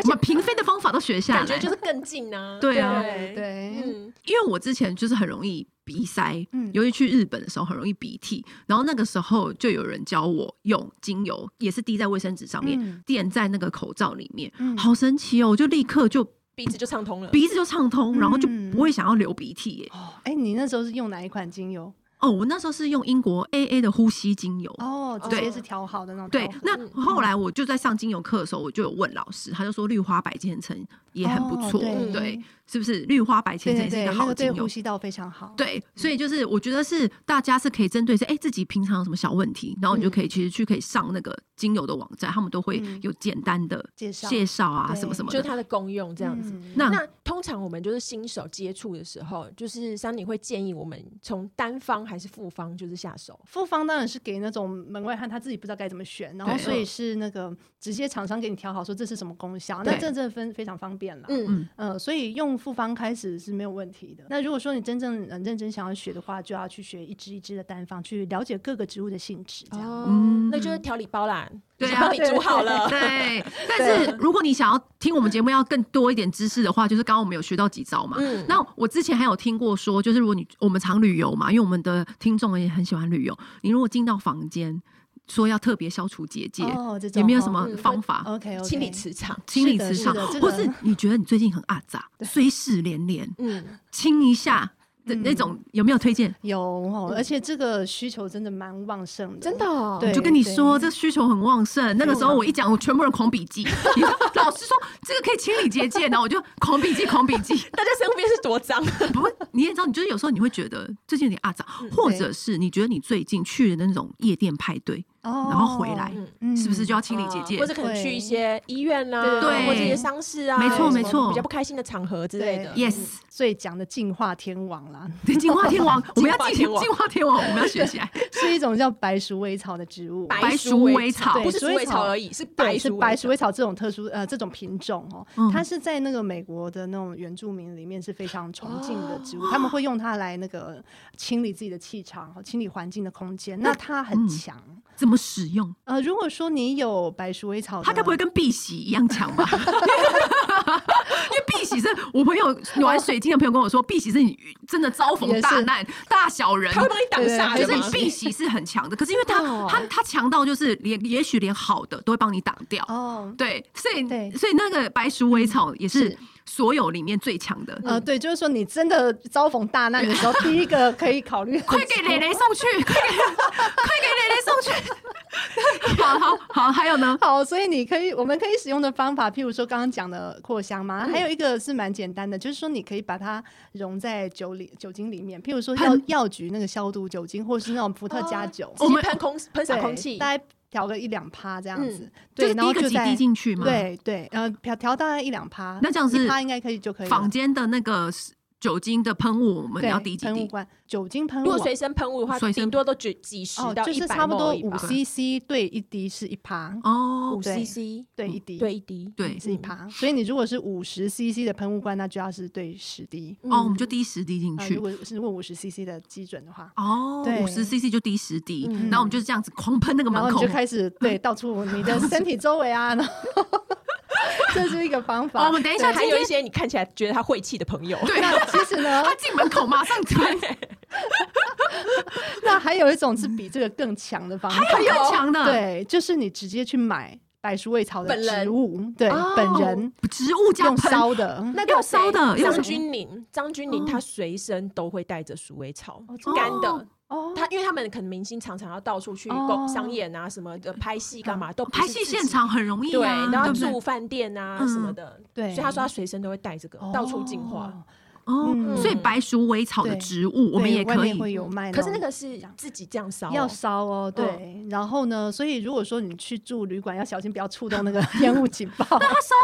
Speaker 1: 我们嫔妃的方法都学下
Speaker 2: 感觉
Speaker 1: 来
Speaker 2: 就。是更近啊。
Speaker 1: 对啊
Speaker 2: 对
Speaker 3: 对，
Speaker 2: 嗯，
Speaker 1: 因为我之前就是很容易鼻塞，
Speaker 3: 嗯
Speaker 1: 尤其去日本的时候很容易鼻涕，然后那个时候就有人教我用精油，也是滴在卫生纸上面，
Speaker 3: 嗯
Speaker 1: 垫在那个口罩里面，
Speaker 3: 嗯
Speaker 1: 好神奇哦！我就立刻就
Speaker 2: 鼻子就畅通了。
Speaker 1: 鼻子就畅通，然后就
Speaker 3: 嗯
Speaker 1: 不会想要流鼻涕耶。
Speaker 3: 哦，哎，你那时候是用哪一款精油？
Speaker 1: 哦，我那时候是用英国 AA 的呼吸精油。
Speaker 3: 哦，嗯直
Speaker 2: 对
Speaker 3: 接是调好的那种调
Speaker 1: 对
Speaker 3: 和。，
Speaker 1: 那后来我就在上精油课的时候，我就有问老师，他就说绿花白千层也很不
Speaker 3: 哦
Speaker 1: 错，
Speaker 3: 对
Speaker 1: 对，是不是？绿花白千层
Speaker 3: 对
Speaker 1: 也是一
Speaker 3: 对
Speaker 1: 个
Speaker 3: 对，那
Speaker 1: 好
Speaker 3: 个
Speaker 1: 精
Speaker 3: 对
Speaker 1: 油
Speaker 3: 呼，吸道非常好。
Speaker 1: 对，所以就是我觉得是大家是可以针对是哎、诶自己平常有什么小问题，然后你就可以其实去可以上那个精油的网站，他们都会
Speaker 3: 嗯
Speaker 1: 有简单的
Speaker 3: 介绍
Speaker 1: 介绍啊
Speaker 3: 对
Speaker 1: 什么什么
Speaker 2: 就是
Speaker 1: 的。
Speaker 2: 它的功用这样子。
Speaker 3: 嗯
Speaker 1: 那
Speaker 2: 那通常我们就是新手接触的时候，就是桑尼会建议我们从单方还是复方就是下手。
Speaker 3: 复方当然是给那种门外汉，他自己不知道该怎么选，然后
Speaker 1: 对哦
Speaker 3: 所以是那个直接厂商给你调好说这是什么功效，
Speaker 1: 对
Speaker 3: 那这这分非常方便了。
Speaker 2: 嗯，
Speaker 3: 呃，所以用复方开始是没有问题的。那如果说你真正呃认真想要学的话，就要去学一支一支的单方，去了解各个植物的性质，这样。
Speaker 2: 哦
Speaker 1: 嗯，
Speaker 2: 那就是调理包啦，
Speaker 1: 对啊
Speaker 2: 帮你煮好 了。
Speaker 1: 对，但是如果你想要听我们节目要更多一点知识的话，就是刚刚我们有学到几招嘛。
Speaker 2: 嗯
Speaker 1: 那我之前还有听过说，就是如果你我们常旅游嘛，因为我们的听众也很喜欢旅游，你如果进到房间说要特别消除结界，
Speaker 3: 哦，这种
Speaker 1: 有没有
Speaker 3: 哦
Speaker 1: 什么
Speaker 2: 嗯
Speaker 1: 方法？
Speaker 3: OK，
Speaker 2: 清理磁场。
Speaker 1: 清理
Speaker 3: 是的
Speaker 1: 磁场，
Speaker 3: 是的这个
Speaker 1: 或是你觉得你最近很阿杂，虽事连连，
Speaker 2: 嗯，
Speaker 1: 清一下的
Speaker 3: 嗯
Speaker 1: 那种，有没有推荐？
Speaker 3: 有哦，
Speaker 1: 嗯
Speaker 3: 而且这个需求真的蛮旺盛的，
Speaker 2: 真的、哦。
Speaker 3: 对
Speaker 1: 我就跟你说，这需求很旺盛。那个时候我一讲，我全部人狂笔记。你知 道老师说这个可以清理结界，然后我就狂笔记，狂笔 记。
Speaker 2: 大家身边是多脏？啊
Speaker 1: 不会，你也知道，你就是有时候你会觉得最近有点阿杂，
Speaker 3: 嗯
Speaker 1: 或者是你觉得你最近去的那种夜店派对，
Speaker 3: 哦，
Speaker 1: 然后回来
Speaker 2: 嗯，
Speaker 3: 嗯
Speaker 1: 是不是就要清理结界
Speaker 2: 或？者可能去一些医院啦、
Speaker 3: 对对
Speaker 2: 或者一些丧事啊，
Speaker 1: 没错
Speaker 2: 什么
Speaker 1: 没错
Speaker 2: 比较不开心的场合之类的。
Speaker 3: 对
Speaker 1: Yes，
Speaker 3: 所以讲的进化天王 啦，
Speaker 1: 对，进化天王，我们要进
Speaker 2: 进化天王
Speaker 1: 进化天王，我们要学起来。
Speaker 3: 是一种叫白鼠尾草的植物。
Speaker 1: 白鼠尾草
Speaker 3: 对
Speaker 2: 不是鼠
Speaker 3: 鼠尾
Speaker 2: 尾草
Speaker 3: 草
Speaker 2: 而已，是白
Speaker 3: 对，是
Speaker 2: 鼠
Speaker 3: 白鼠
Speaker 2: 尾
Speaker 3: 尾草这种特殊呃这种品种哦，
Speaker 1: 嗯
Speaker 3: 它是在那个美国的那种原住民里面是非常崇敬的植物，
Speaker 1: 嗯
Speaker 3: 他们会用它来那个清理自己的气场和清理环境的空间。那它
Speaker 1: 嗯
Speaker 3: 很强，
Speaker 1: 怎么使用？
Speaker 3: 呃，如果说你有白鼠尾草的，
Speaker 1: 它哦该不会跟碧玺一样强吧？ 因为碧玺是我朋友玩水晶的朋友跟我说，碧玺是你真的遭逢大难、大小人
Speaker 2: 草，它。会帮你挡煞
Speaker 1: 就
Speaker 2: 的
Speaker 1: 是
Speaker 2: 吗，
Speaker 1: 你碧玺是很强的，可是因为它
Speaker 2: 哦
Speaker 1: 它它强到就是连也许连好的都会帮你挡掉，
Speaker 3: 哦。
Speaker 1: 对，所以
Speaker 3: 对
Speaker 1: 所以那个白鼠尾草也是
Speaker 3: 是
Speaker 1: 所有里面最强的，
Speaker 3: 呃，对，就是说你真的遭逢大难的 时候，第一个可以考虑。
Speaker 1: 快给蕾蕾送去，
Speaker 3: 哦
Speaker 1: 快给 快给蕾蕾送去， 好好好，还有呢，
Speaker 3: 好，所以你可以，我们可以使用的方法，譬如说刚刚讲的扩香嘛，
Speaker 1: 嗯
Speaker 3: 还有一个是蛮简单的，就是说你可以把它溶在酒里酒精里面，譬如说药
Speaker 1: 喷
Speaker 3: 药局那个消毒酒精，或是那种伏特加酒，
Speaker 1: 哦
Speaker 2: 我
Speaker 1: 我们
Speaker 2: 们喷空喷洒
Speaker 3: 对
Speaker 2: 空气，
Speaker 3: 大概调个一两趴这样子，
Speaker 1: 嗯就
Speaker 3: 对，
Speaker 1: 是第
Speaker 3: 然后
Speaker 1: 一个
Speaker 3: 就
Speaker 1: 挤
Speaker 3: 在
Speaker 1: 滴进去嘛，，
Speaker 3: 对对，呃，调调大概一两趴，
Speaker 1: 那这样是
Speaker 3: 它应该可以就可以了
Speaker 1: 房间的那个酒精的喷雾，我们
Speaker 3: 对
Speaker 1: 要滴几
Speaker 3: 喷雾
Speaker 1: 滴？
Speaker 3: 罐酒精喷
Speaker 2: 如
Speaker 3: 雾
Speaker 2: 果
Speaker 3: 啊。
Speaker 2: 随身喷雾的话，
Speaker 1: 随身
Speaker 2: 顶多都几几十
Speaker 3: 哦，
Speaker 2: 到
Speaker 3: 就
Speaker 2: 一
Speaker 3: 是
Speaker 2: 百
Speaker 3: 差不多五
Speaker 1: 吧
Speaker 3: CC 对一滴是一趴，
Speaker 1: 哦
Speaker 2: 五，
Speaker 3: 对
Speaker 2: CC
Speaker 3: 对一滴
Speaker 2: 对一滴
Speaker 1: 对
Speaker 3: 是一趴，所以你如果是五十 CC 的喷雾罐，那就要是对十滴。
Speaker 2: 嗯
Speaker 1: 哦，我们就滴十滴进
Speaker 3: 啊，
Speaker 1: 去
Speaker 3: 如。果是问五十 CC 的基准的话，
Speaker 1: 哦，
Speaker 3: 对
Speaker 1: 五十 CC 就滴十滴，
Speaker 2: 嗯
Speaker 1: 然后我们就是这样子狂喷那个
Speaker 3: 然
Speaker 1: 门
Speaker 3: 后
Speaker 1: 口
Speaker 3: 你就。开始对到处你的身体周围啊，然后 这是一个方
Speaker 1: 哦，
Speaker 3: 法
Speaker 1: 我。们等一
Speaker 2: 对
Speaker 1: 下，
Speaker 2: 还
Speaker 1: 今
Speaker 2: 有一
Speaker 1: 天
Speaker 2: 些你看起来觉得他晦气的朋友，
Speaker 1: 对
Speaker 3: 那其实 呢，
Speaker 1: 他进门口马上喷，
Speaker 3: 那还有一种是比这个更强的方法，
Speaker 1: 还有更强的，，
Speaker 3: 对，就是你直接去买白鼠尾草的
Speaker 2: 本人
Speaker 3: 植物，对，
Speaker 2: 哦
Speaker 3: 本人
Speaker 1: 植物加
Speaker 3: 用
Speaker 1: 喷，
Speaker 3: 烧的，
Speaker 2: 那
Speaker 1: 要
Speaker 2: 个
Speaker 1: 烧的
Speaker 2: 谁
Speaker 1: 要烧
Speaker 2: 张君宁，张君宁
Speaker 1: 哦
Speaker 2: 他随身都会带着鼠尾草
Speaker 3: 哦真，的
Speaker 2: 干的。
Speaker 3: 哦
Speaker 2: 他因为他们可能明星常常要到处去
Speaker 3: 哦
Speaker 2: 逛商演啊什么的，拍戏干嘛都不是
Speaker 1: 哦拍戏
Speaker 2: 自己
Speaker 1: 现场很容易
Speaker 2: 对，
Speaker 1: 啊，
Speaker 2: 然后
Speaker 1: 对不对
Speaker 2: 住饭店啊
Speaker 1: 嗯
Speaker 2: 什么的，
Speaker 3: 对
Speaker 2: 所以他说他随身都会带这个，到处进化。
Speaker 3: 哦。
Speaker 1: 哦，
Speaker 3: 嗯
Speaker 1: 所以白鼠尾草的
Speaker 3: 对
Speaker 1: 植物我们
Speaker 3: 对
Speaker 1: 也
Speaker 3: 外
Speaker 1: 可
Speaker 3: 面
Speaker 1: 以
Speaker 3: 会有卖种，
Speaker 2: 可是那个是自己这样烧哦、嗯
Speaker 3: 要烧哦，对。然后呢，所以如果说你去住旅馆，要小心不要触动 那个烟雾警报。
Speaker 1: 它烧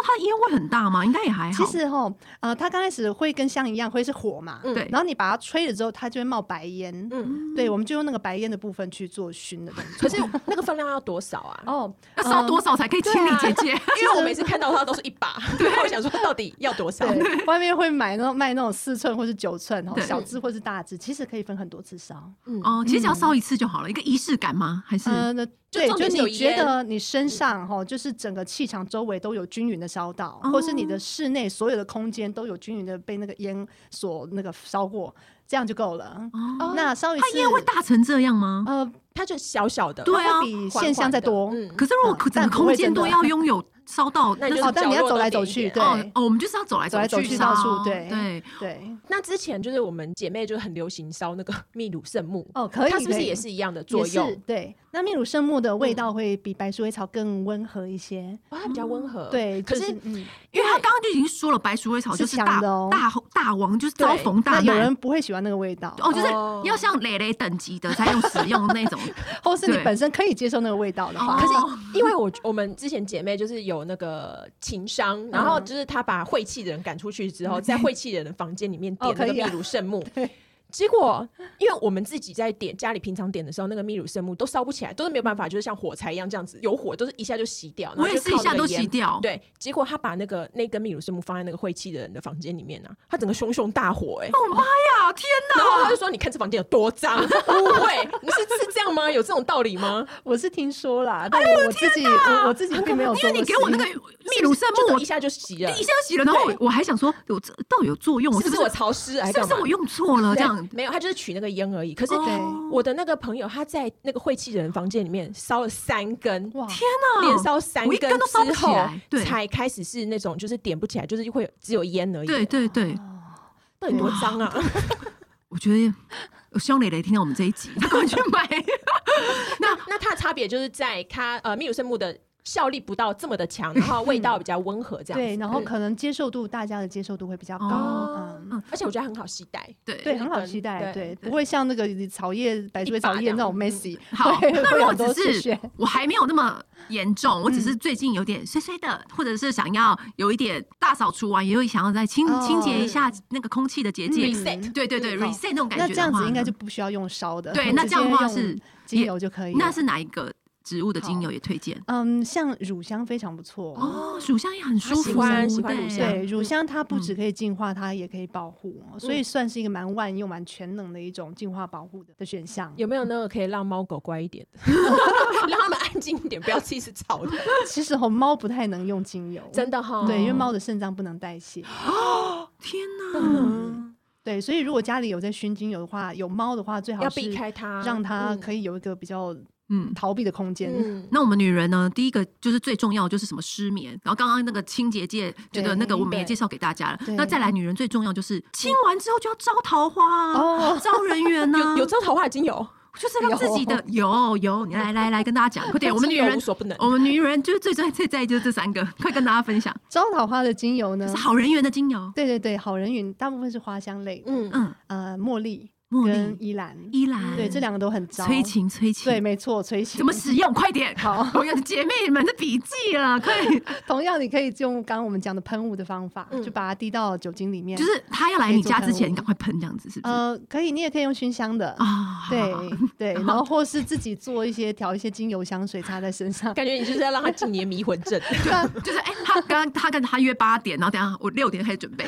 Speaker 1: 它烟味很大吗？应该也还
Speaker 3: 其
Speaker 1: 好。
Speaker 3: 实哈，呃，它刚开始会跟香一样，会是火嘛，
Speaker 2: 嗯
Speaker 1: 对
Speaker 3: 然后你把它吹了之后，它就会冒白烟。
Speaker 2: 嗯，哦
Speaker 3: 对，我们就用那个白烟的部分去做熏的动
Speaker 2: 可
Speaker 3: 作。
Speaker 2: 是那个分量要多少啊？
Speaker 3: 哦，
Speaker 1: 要烧
Speaker 3: 嗯
Speaker 1: 多少才可以清理
Speaker 2: 对啊
Speaker 1: 姐姐？
Speaker 2: 因为我每次看到它都是一把，然 后我想说到底要多少？
Speaker 3: 对，外面会买那种卖那种四寸或是九寸哦，
Speaker 1: 对
Speaker 3: 小只或是大只，其实可以分很多次烧。
Speaker 2: 嗯，
Speaker 1: 哦，其实只要烧一次就好了，一个仪式感吗？还是
Speaker 3: 呃，那对，
Speaker 2: 重
Speaker 3: 就
Speaker 2: 点是有
Speaker 3: 你觉
Speaker 2: 烟
Speaker 3: 得你身上哈，就是整个气场周围都有均匀的烧到，或是
Speaker 2: 哦
Speaker 3: 你的室内所有的空间都有均匀的被那个烟所那个烧过，这样就够了。
Speaker 1: 哦，
Speaker 3: 那烧一
Speaker 1: 它
Speaker 3: 次，
Speaker 1: 烟会大成这样吗？
Speaker 3: 呃，
Speaker 2: 它就小小的，
Speaker 1: 对
Speaker 3: 它
Speaker 1: 啊
Speaker 3: 会比
Speaker 2: 缓
Speaker 3: 现象
Speaker 2: 缓
Speaker 3: 再
Speaker 2: 的
Speaker 3: 多。
Speaker 2: 嗯，
Speaker 1: 可是如果
Speaker 3: 嗯
Speaker 1: 可整
Speaker 3: 但
Speaker 1: 个
Speaker 3: 不
Speaker 1: 空
Speaker 3: 会
Speaker 1: 间
Speaker 3: 真的
Speaker 1: 都要拥有烧到，
Speaker 2: 那你
Speaker 1: 是
Speaker 2: 就
Speaker 3: 哦
Speaker 2: 是
Speaker 3: 但你要
Speaker 2: 角落
Speaker 3: 走来
Speaker 2: 多
Speaker 3: 走
Speaker 2: 点一
Speaker 3: 去
Speaker 2: 点
Speaker 3: 对
Speaker 1: 哦哦，我们就是要走来
Speaker 3: 走来走
Speaker 1: 去
Speaker 3: 去
Speaker 1: 烧
Speaker 3: 到处对
Speaker 1: 对，
Speaker 3: 对，
Speaker 2: 那之前就是我们姐妹就很流行烧那个 秘鲁圣木，
Speaker 3: 哦，可以，
Speaker 2: 它是不
Speaker 3: 可
Speaker 2: 是嗯
Speaker 3: 以
Speaker 2: 也是一样的
Speaker 3: 也
Speaker 2: 作
Speaker 3: 是
Speaker 2: 用？
Speaker 3: 对，那秘鲁圣木的味道会比白鼠尾草更温和一些。
Speaker 2: 哦，它比较温和。
Speaker 3: 对，就
Speaker 2: 可
Speaker 3: 是
Speaker 2: 是
Speaker 3: 嗯，
Speaker 1: 因为他刚刚就已经说了，白鼠尾草就是是
Speaker 3: 强
Speaker 1: 大
Speaker 3: 的哦
Speaker 1: 大大王，就是遭
Speaker 2: 对
Speaker 1: 逢大
Speaker 3: 那有
Speaker 1: 难
Speaker 3: 人。不会喜欢那个味道，
Speaker 1: 哦，就是
Speaker 2: 哦
Speaker 1: 要像蕾蕾等级的才用使用那种
Speaker 3: 或是你
Speaker 1: 对
Speaker 3: 本身可以接受那个味道的话，
Speaker 1: 哦
Speaker 2: 可是因为我我们之前姐妹就是有那个情商，然
Speaker 3: 嗯
Speaker 2: 后就是她把晦气的人赶出去之后，在 晦气的人的房间里面点
Speaker 3: 哦
Speaker 2: 那
Speaker 3: 可
Speaker 2: 个
Speaker 3: 以
Speaker 2: 秘
Speaker 3: 啊
Speaker 2: 鲁圣木
Speaker 3: 对。
Speaker 2: 结果，因为我们自己在点家里平常点的时候，那个秘鲁圣木都烧不起来，都是没有办法，就是像火柴一样这样子，有火都是一下就熄掉。然后
Speaker 1: 我也
Speaker 2: 就是
Speaker 1: 一
Speaker 2: 靠
Speaker 1: 下
Speaker 2: 那个
Speaker 1: 都
Speaker 2: 烟
Speaker 1: 洗掉。
Speaker 2: 对，结果他把那个那根秘鲁圣木放在那个晦气的人的房间里面呢、啊，他整个熊熊大火哎、
Speaker 1: 哦妈呀，天
Speaker 2: 然后他
Speaker 1: 哪！
Speaker 2: 就说：“你看这房间有多脏，污秽，你是是这样吗？有这种道 理吗
Speaker 3: 我是听说啦，但我我自己我我自己并没有
Speaker 1: 因
Speaker 3: 做
Speaker 1: 为你
Speaker 3: 过实验，
Speaker 1: 给我那个秘鲁圣？”
Speaker 2: 就
Speaker 1: 木，
Speaker 2: 都
Speaker 1: 我
Speaker 2: 一下就洗了
Speaker 1: 一，下洗了，然后我我还想说，有这到底有作用？
Speaker 2: 是不
Speaker 1: 是
Speaker 2: 是我潮湿？还
Speaker 1: 是不
Speaker 2: 干
Speaker 1: 是
Speaker 2: 嘛
Speaker 1: 我用错了？这样
Speaker 2: 对没有，他就是取那个烟而已。可是
Speaker 1: 哦
Speaker 3: 对
Speaker 2: 我的那个朋友，他在那个晦气的人房间里面烧了三根，
Speaker 3: 哇，
Speaker 1: 天
Speaker 2: 连
Speaker 1: 哪！
Speaker 2: 烧三
Speaker 1: 我一根都烧不
Speaker 2: 之
Speaker 1: 起
Speaker 2: 后
Speaker 1: 来对，
Speaker 2: 才开始是那种就是点不起来，就是会有只有烟而已。
Speaker 1: 对，对对，
Speaker 2: 到底多脏啊！
Speaker 1: 我觉得我希望蕾蕾听到我们这一集，她赶快去买。
Speaker 2: 那 那它的差别就是在它呃秘鲁圣木的效力不到这么的强，然后味道比较温和这样子。嗯
Speaker 3: 对，然后可能接受度大家的接受度会比较高，
Speaker 1: 哦
Speaker 3: 嗯。
Speaker 2: 而且我觉得很好携带。
Speaker 1: 对
Speaker 3: 对，
Speaker 2: 是
Speaker 3: 很好
Speaker 2: 跟
Speaker 3: 期待，
Speaker 2: 对
Speaker 3: 对，不会像那个草叶、白水草
Speaker 2: 一把这
Speaker 3: 叶
Speaker 2: 样
Speaker 3: 那种 messy，
Speaker 1: 嗯好，
Speaker 3: 会
Speaker 1: 那
Speaker 3: 会
Speaker 1: 如
Speaker 3: 有
Speaker 1: 果
Speaker 3: 很多
Speaker 1: 只
Speaker 3: 嗯刺
Speaker 1: 是
Speaker 3: 血。
Speaker 1: 我还没有那么严重，我只是最近有点衰衰的，或者是想要有一点大扫除完，也有想要再清
Speaker 3: 哦
Speaker 1: 清洁一下那个空气的结界。
Speaker 2: reset
Speaker 1: 对对对
Speaker 3: 嗯
Speaker 1: ，reset 那种感觉的话
Speaker 3: 那
Speaker 1: 呢。
Speaker 3: 这样子应该就不需要用烧的，
Speaker 1: 对那
Speaker 3: 直
Speaker 1: 这样的
Speaker 3: 接
Speaker 1: 话
Speaker 3: 用
Speaker 1: 是
Speaker 3: 精
Speaker 1: 也
Speaker 3: 油就可以了。
Speaker 1: 那是哪一个植物的精油也推荐？
Speaker 3: 嗯，像乳香非常不错，
Speaker 1: 哦，乳香
Speaker 3: 啊
Speaker 1: 也很舒服，哦
Speaker 2: 喜欢喜欢乳香
Speaker 3: 对，乳
Speaker 2: 嗯
Speaker 3: 香它不只可以净化，它也可以保护，所
Speaker 1: 嗯
Speaker 3: 以算是一个蛮万用、蛮全能的一种净化保护的的选项。
Speaker 2: 有没有那个可以让猫狗乖一点的， 让它们安静一点，不要自己是吵的？
Speaker 3: 其实吼哦猫不太能用精油，
Speaker 2: 真的哦哈，
Speaker 3: 对，因为猫的肾脏不能代谢。
Speaker 1: 天哪！
Speaker 2: 嗯，
Speaker 3: 对，所以如果家里有在熏精油的话，有猫的话最好
Speaker 2: 要
Speaker 3: 是
Speaker 2: 避开它，
Speaker 3: 让它
Speaker 2: 嗯
Speaker 3: 可以有一个比较
Speaker 1: 嗯，
Speaker 3: 逃避的空间。
Speaker 2: 嗯，
Speaker 1: 那我们女人呢？第一个就是最重要的就是什么失眠，然后刚刚那个清洁界觉得那个我们也
Speaker 3: 对
Speaker 1: 介绍给大家了。
Speaker 3: 对
Speaker 1: 那再来，女人最重要就是清完之后就要招桃花啊，
Speaker 3: 哦
Speaker 1: 招人缘 呐
Speaker 2: 有，有招桃花的精油，
Speaker 1: 就是让自己的有有，你来来来跟大家讲，快 点，我们女
Speaker 2: 精油
Speaker 1: 人
Speaker 2: 无所不能。
Speaker 1: 我们女人就是最最最在意就是这三个，快跟大家分享，
Speaker 3: 招桃花的精油
Speaker 1: 就
Speaker 3: 呢
Speaker 1: 是？好人缘的精油，
Speaker 3: 对对对，好人云大部分是花香类，
Speaker 2: 嗯，
Speaker 1: 嗯，
Speaker 3: 呃，茉莉
Speaker 1: 茉
Speaker 3: 跟
Speaker 1: 莉、
Speaker 3: 依兰，
Speaker 1: 依兰，
Speaker 3: 对，这两个都很招。
Speaker 1: 催情催
Speaker 3: 对，
Speaker 1: 情，
Speaker 3: 没错，催情。
Speaker 1: 怎么使用？快点，
Speaker 3: 好，
Speaker 1: 我有姐妹们的笔记了， 快，
Speaker 3: 同样，你可以用刚刚我们讲的喷雾的方法，
Speaker 2: 嗯
Speaker 3: 就把它滴到酒精里面。
Speaker 1: 就是她要来你家之
Speaker 3: 可以做
Speaker 1: 前，
Speaker 3: 喷雾
Speaker 1: 你赶快喷这样子，是不是？
Speaker 3: 呃，可以，你也可以用熏香的，
Speaker 1: 啊，
Speaker 3: 对
Speaker 1: 好好好
Speaker 3: 对，然后或是自己做一些调一些精油香水擦在身上。
Speaker 2: 感觉你就是要让它进你的迷魂 阵，
Speaker 1: 就是哎，她刚刚她跟她约八点，然后等一下我六点开始准 备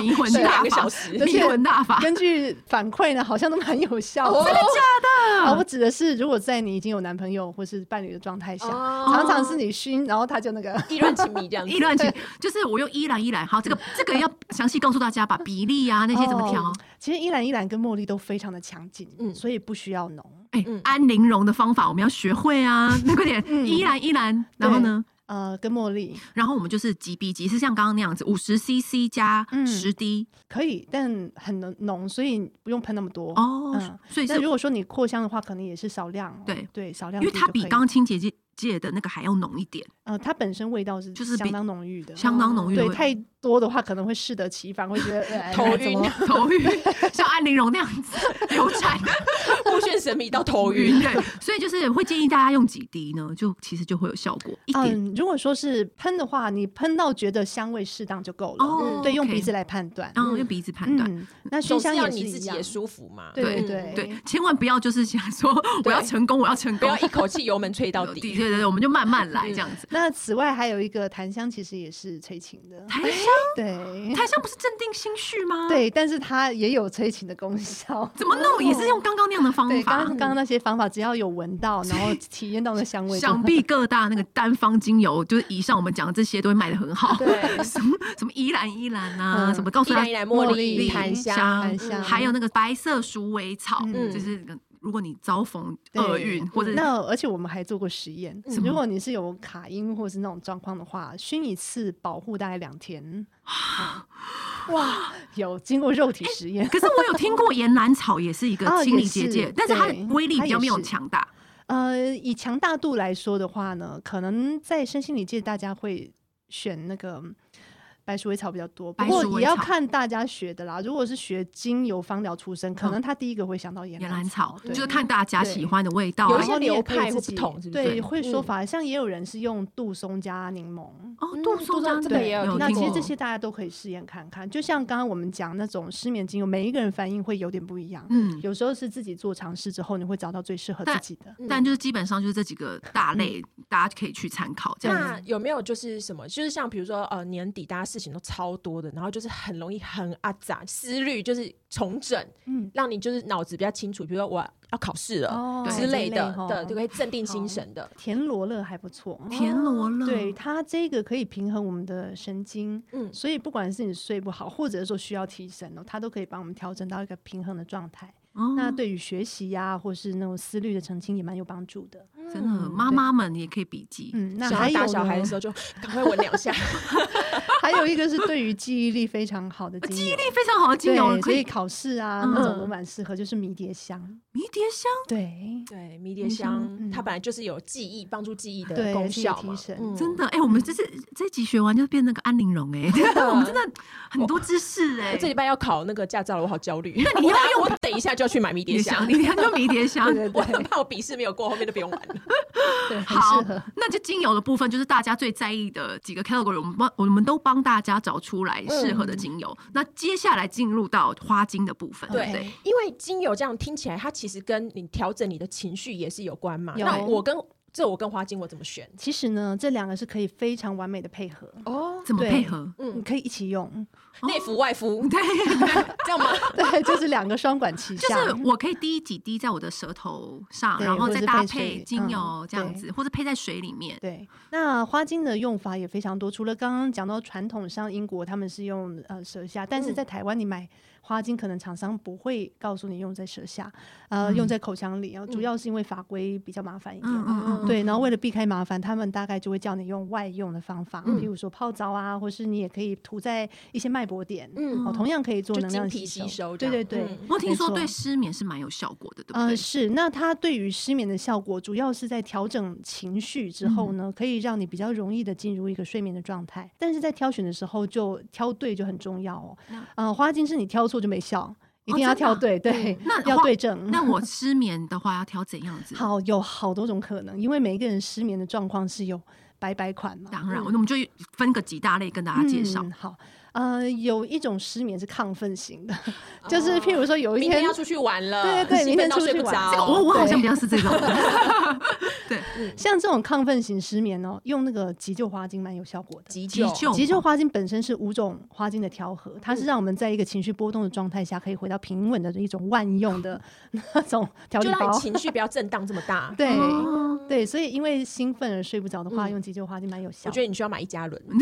Speaker 1: 迷魂
Speaker 2: 睡
Speaker 1: 大
Speaker 2: 两个
Speaker 1: 法
Speaker 2: 小，时。
Speaker 3: 而
Speaker 1: 迷
Speaker 3: 且
Speaker 1: 魂大法，
Speaker 3: 根据反馈呢，好像都蛮有效
Speaker 2: 哦
Speaker 3: 的。
Speaker 1: 的
Speaker 3: 啊，我指的是，如果在你已经有男朋友或是伴侣的状态下，
Speaker 2: 哦
Speaker 3: 常常是你熏，然后他就那个，
Speaker 2: 意乱情迷这样 子，
Speaker 1: 意乱情，就是我用依兰依兰，好，这个这个要详细告诉大家，把比例啊那些怎么调
Speaker 3: 嗯哦，其实依兰依兰跟茉莉都非常的强劲，
Speaker 2: 嗯
Speaker 3: 所以不需要浓。
Speaker 1: 哎、
Speaker 2: 嗯
Speaker 1: 安陵容的方法我们要学会 啊！那快点，
Speaker 3: 嗯
Speaker 1: 依然依然，然后呢？
Speaker 3: 呃，跟茉莉
Speaker 1: 然后我们就是几比几，是像刚刚那样子，五十 CC 加
Speaker 3: 嗯
Speaker 1: 十滴、
Speaker 3: 可以，但很浓浓，所以不用喷那么多。
Speaker 1: 哦，
Speaker 3: 嗯
Speaker 1: 所以是
Speaker 3: 那如果说你扩香的话，可能也是少量哦，
Speaker 1: 对
Speaker 3: 对，少量
Speaker 1: 因
Speaker 3: 滴
Speaker 1: 为
Speaker 3: 就可
Speaker 1: 它
Speaker 3: 以，
Speaker 1: 比刚刚清洁界界的那个还要浓一点，
Speaker 3: 呃，它本身味道是
Speaker 1: 就是比
Speaker 3: 相当浓郁的，
Speaker 1: 相当浓郁的
Speaker 3: 对
Speaker 1: 味道。
Speaker 3: 太多的话，可能会适得其反，会觉得、哎
Speaker 2: 头
Speaker 3: 怎
Speaker 2: 晕
Speaker 3: 么
Speaker 1: 头晕，像安陵容那样子流产。
Speaker 2: 目眩神迷到头 晕。
Speaker 1: 对，所以就是会建议大家用几滴呢，就其实就会有效果一点。
Speaker 3: 嗯，如果说是喷的话，你喷到觉得香味适当就够了。
Speaker 1: 哦
Speaker 3: 对，用
Speaker 1: OK
Speaker 3: 鼻子来判断。
Speaker 1: 然后用鼻子判断，
Speaker 3: 嗯，那熏
Speaker 2: 首先
Speaker 3: 香
Speaker 2: 要
Speaker 3: 也是
Speaker 2: 你
Speaker 3: 一
Speaker 2: 自己
Speaker 3: 样
Speaker 2: 也舒服嘛，嗯
Speaker 3: 对
Speaker 1: 对
Speaker 3: 对
Speaker 1: 对，千万不要就是想说我要成功，我要成
Speaker 2: 不
Speaker 1: 功
Speaker 2: 要，一口气油门吹到
Speaker 1: 对
Speaker 2: 底。嗯
Speaker 1: 对对，我们就慢慢来这样子。
Speaker 3: 那此外还有一个檀香，其实也是催情的。
Speaker 2: 哎
Speaker 1: 檀香，
Speaker 3: 对
Speaker 1: 檀香不是镇定心绪吗？，
Speaker 3: 对，但是它也有催情的功效。
Speaker 1: 怎么弄也是用刚刚那样的方
Speaker 3: 对，刚
Speaker 1: 法
Speaker 3: 刚。刚那些方法，只要有闻到，然后体验到那香味就，
Speaker 1: 想必各大那个单方精油，就是以上我们讲的这些都会卖的很好。
Speaker 2: 对
Speaker 1: 什么什么依兰依兰啊，
Speaker 3: 嗯
Speaker 1: 什么告诉
Speaker 2: 依
Speaker 1: 大
Speaker 2: 兰
Speaker 1: 家
Speaker 2: 依兰茉
Speaker 3: 茉
Speaker 2: 莉、
Speaker 3: 莉
Speaker 2: 檀香，
Speaker 1: 香
Speaker 3: 檀香
Speaker 1: 还有那个白色鼠尾草，
Speaker 3: 嗯
Speaker 1: 就是如果你遭逢
Speaker 3: 对嗯
Speaker 1: 厄运或者嗯
Speaker 3: 那而且我们还做过实验，
Speaker 1: 什么
Speaker 3: 如果你是有卡因或是那种状况的话，熏一次保护大概 两天。哇，有经过肉体
Speaker 1: 哎
Speaker 3: 实验，
Speaker 1: 可是我有听过岩兰草也 是一个
Speaker 3: 哦
Speaker 1: 清理
Speaker 3: 也是
Speaker 1: 结界，但是它的
Speaker 3: 对
Speaker 1: 威力比较没有
Speaker 3: 它也是
Speaker 1: 强大。
Speaker 3: 呃，以强大度来说的话呢，可能在身心理界大家会选那个白鼠尾草比较多，不
Speaker 1: 白鼠
Speaker 3: 过
Speaker 1: 尾
Speaker 3: 也要
Speaker 1: 草
Speaker 3: 看大家学的啦。如果是学精油芳疗出身，可能他第一个会想到岩
Speaker 1: 岩嗯
Speaker 3: 兰
Speaker 1: 兰草
Speaker 3: 对
Speaker 1: 就是看大家喜欢的味道
Speaker 2: 有
Speaker 1: 啊
Speaker 2: 一。些
Speaker 3: 然后你也
Speaker 2: 流
Speaker 3: 可以
Speaker 2: 派
Speaker 3: 自
Speaker 2: 会不
Speaker 3: 己
Speaker 2: 同是不是
Speaker 3: 对，会说
Speaker 2: 嗯
Speaker 3: 法，像也有人是用杜松加柠檬，
Speaker 1: 哦，杜松浆
Speaker 2: 这个
Speaker 1: 对
Speaker 2: 也有听
Speaker 3: 那其实
Speaker 2: 过
Speaker 3: 这些大家都可以试验看看。就像刚刚我们讲那种失眠精油，每一个人反应会有点不一样。
Speaker 1: 嗯，
Speaker 3: 有时候是自己做尝试之后，你会找到最适合自
Speaker 1: 但
Speaker 3: 己的。
Speaker 1: 但就是基本上就是这几个大类，
Speaker 3: 嗯
Speaker 1: 大家可以去参考这样子。
Speaker 2: 那有没有就是什么，就是像比如说呃年底大家事情都超多的，然后就是很容易很阿杂思虑，就是重整，
Speaker 3: 嗯
Speaker 2: 让你就是脑子比较清楚，比如说我要考试了、
Speaker 3: 哦
Speaker 2: 之类的的，就
Speaker 3: 这
Speaker 2: 可
Speaker 3: 类哦
Speaker 2: 以镇定心神的。
Speaker 3: 田螺乐还不错，
Speaker 1: 田螺了，
Speaker 3: 对它这个可以平衡我们的神经，
Speaker 2: 嗯
Speaker 3: 所以不管是你睡不好，或者说需要提神哦，它都可以帮我们调整到一个平衡的状态。
Speaker 1: 哦，
Speaker 3: 那对于学习呀、或是那种思虑的澄清也蛮有帮助的。
Speaker 1: 真的
Speaker 3: 嗯
Speaker 1: 妈妈们也可以笔记。
Speaker 3: 嗯，那
Speaker 2: 想
Speaker 3: 还
Speaker 2: 要打
Speaker 3: 有
Speaker 2: 小孩的
Speaker 3: 呢
Speaker 2: 时候就赶快闻两 下，
Speaker 3: 还有一个是对于记忆力非常好
Speaker 2: 哦
Speaker 3: 的精油，
Speaker 1: 那非常好的精油
Speaker 3: 对，
Speaker 1: 可
Speaker 3: 所以
Speaker 1: 以
Speaker 3: 考试啊、
Speaker 1: 嗯
Speaker 3: 那种都蛮适合，就是迷迭香，
Speaker 1: 迷迭香，
Speaker 3: 对
Speaker 2: 对，迷迭
Speaker 1: 迷香
Speaker 2: 香、
Speaker 3: 嗯
Speaker 2: 它本来就是有记忆帮助记忆的
Speaker 3: 对，
Speaker 2: 功
Speaker 3: 是有
Speaker 2: 效
Speaker 3: 提
Speaker 2: 嘛，
Speaker 3: 神
Speaker 2: 嗯
Speaker 1: 真的哎，我们这是这集学完就变那个安陵容哎，真 的我们真的很多知识哎
Speaker 2: 我。这礼拜要考那个驾照了，我好焦虑。
Speaker 1: 那你要
Speaker 2: 我等我等一下就要去买迷
Speaker 1: 迷
Speaker 2: 迭
Speaker 1: 迭
Speaker 2: 香
Speaker 1: 香，，你看就迷迭香
Speaker 3: 对，对
Speaker 2: 我
Speaker 3: 对
Speaker 2: 很怕我笔试没有过，后面都不用玩了。
Speaker 3: 对，很
Speaker 1: 好
Speaker 3: 适合。，
Speaker 1: 那就精油的部分，就是大家最在意的几个 category，我们帮我们都帮大家找出来
Speaker 3: 嗯
Speaker 1: 适合的精油。那接下来进入到花精的部分，对不
Speaker 3: OK
Speaker 1: 对？
Speaker 2: 因为精油这样听起来，它其实跟你调整你的情绪也是有关嘛。
Speaker 3: 有
Speaker 2: 那我跟这我跟花精我怎么选？
Speaker 3: 其实呢，这两个是可以非常完美的配合，
Speaker 2: 哦，
Speaker 1: 怎么
Speaker 3: 对嗯
Speaker 1: 配合？
Speaker 3: 你可以一起用，
Speaker 2: 内服外敷
Speaker 1: 对，
Speaker 2: 这样吗？
Speaker 3: 对，就是两个双管 齐
Speaker 1: 就
Speaker 3: 下。
Speaker 1: 是我可以滴几滴在我的舌头上，
Speaker 3: 对
Speaker 1: 然后
Speaker 3: 或
Speaker 1: 再
Speaker 3: 者是
Speaker 1: 搭
Speaker 3: 配水
Speaker 1: 配精油
Speaker 3: 嗯
Speaker 1: 这样子，或者配在水里面。
Speaker 3: 对，那花精的用法也非常多。除了刚刚讲到传统上英国他们是用呃舌下，但是
Speaker 2: 嗯
Speaker 3: 在台湾你买花精，可能厂商不会告诉你用在舌下，呃，用在口腔里。然后主要是因为法规比较麻烦一点。
Speaker 1: 嗯嗯嗯，
Speaker 3: 对，然后为了避开麻烦，他们大概就会叫你用外用的方法，
Speaker 2: 嗯
Speaker 3: 比如说泡澡啊，或是你也可以涂在一些脉搏点，
Speaker 2: 嗯
Speaker 3: 哦，同样可以做
Speaker 2: 就
Speaker 3: 能量
Speaker 2: 精疲
Speaker 3: 吸
Speaker 2: 吸收这
Speaker 3: 对
Speaker 2: 样
Speaker 3: 对对，
Speaker 2: 嗯
Speaker 1: 我听说
Speaker 3: 没错
Speaker 1: 对失眠是蛮有效果的，对不
Speaker 3: 呃，
Speaker 1: 对？
Speaker 3: 是，那它对于失眠的效果，主要是在调整情绪之
Speaker 1: 嗯
Speaker 3: 后呢，可以让你比较容易的进入一个睡眠的状态。但是在挑选的时候就，挑对就很重要哦
Speaker 1: 那。
Speaker 3: 呃，花精是你挑错就没效，一
Speaker 1: 哦
Speaker 3: 定要
Speaker 1: 真的
Speaker 3: 挑
Speaker 1: 啊
Speaker 3: 对，对，
Speaker 1: 那
Speaker 3: 要
Speaker 1: 花
Speaker 3: 对症。
Speaker 1: 那我失眠的话要挑怎样子？
Speaker 3: 好，有好多种可能，因为每一个人失眠的状况是有百百款嘛。
Speaker 1: 当然，我们就分个几大类跟大
Speaker 2: 啊
Speaker 1: 家介绍
Speaker 3: 嗯。。好，呃，有一种失眠是亢奋 型的，就是譬如说有
Speaker 2: 哦
Speaker 3: 一
Speaker 2: 明天
Speaker 3: 天
Speaker 2: 要出去玩了，
Speaker 3: 对 对对
Speaker 2: 兴奋到
Speaker 3: 明天出
Speaker 2: 睡
Speaker 3: 去
Speaker 2: 不
Speaker 3: 玩
Speaker 2: 着。
Speaker 1: 这个我我好像
Speaker 3: 哦对
Speaker 1: 比较是这 种，
Speaker 3: 像这种亢奋型失眠哦，用那个急救花精蛮有效果的。
Speaker 2: 急
Speaker 1: 急 救
Speaker 3: 急救花精本身是五种花精的调和，它是让我们在一个情绪波动的状态下，可以回到平稳的一种万用 的那种调
Speaker 2: 就
Speaker 3: 理
Speaker 2: 让
Speaker 3: 包
Speaker 2: 你。情绪不要震荡这么大。
Speaker 3: 对、
Speaker 1: 哦
Speaker 3: 对，所以因为兴奋而睡不着的话，
Speaker 2: 嗯
Speaker 3: 用急救花精蛮有
Speaker 2: 我
Speaker 3: 效
Speaker 2: 觉
Speaker 3: 的。
Speaker 2: 得你需要买一加 仑，因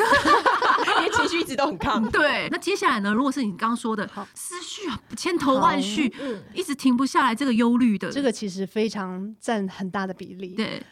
Speaker 2: 为情绪一直都很
Speaker 3: 嗯
Speaker 2: 亢。
Speaker 1: 对，那接下来呢？如果是你刚刚说的
Speaker 3: 好
Speaker 1: 思绪啊，千头万绪，
Speaker 2: 嗯
Speaker 1: 一直停不下来，这个忧虑的，
Speaker 3: 这个其实非常占很大的比例。
Speaker 1: 对，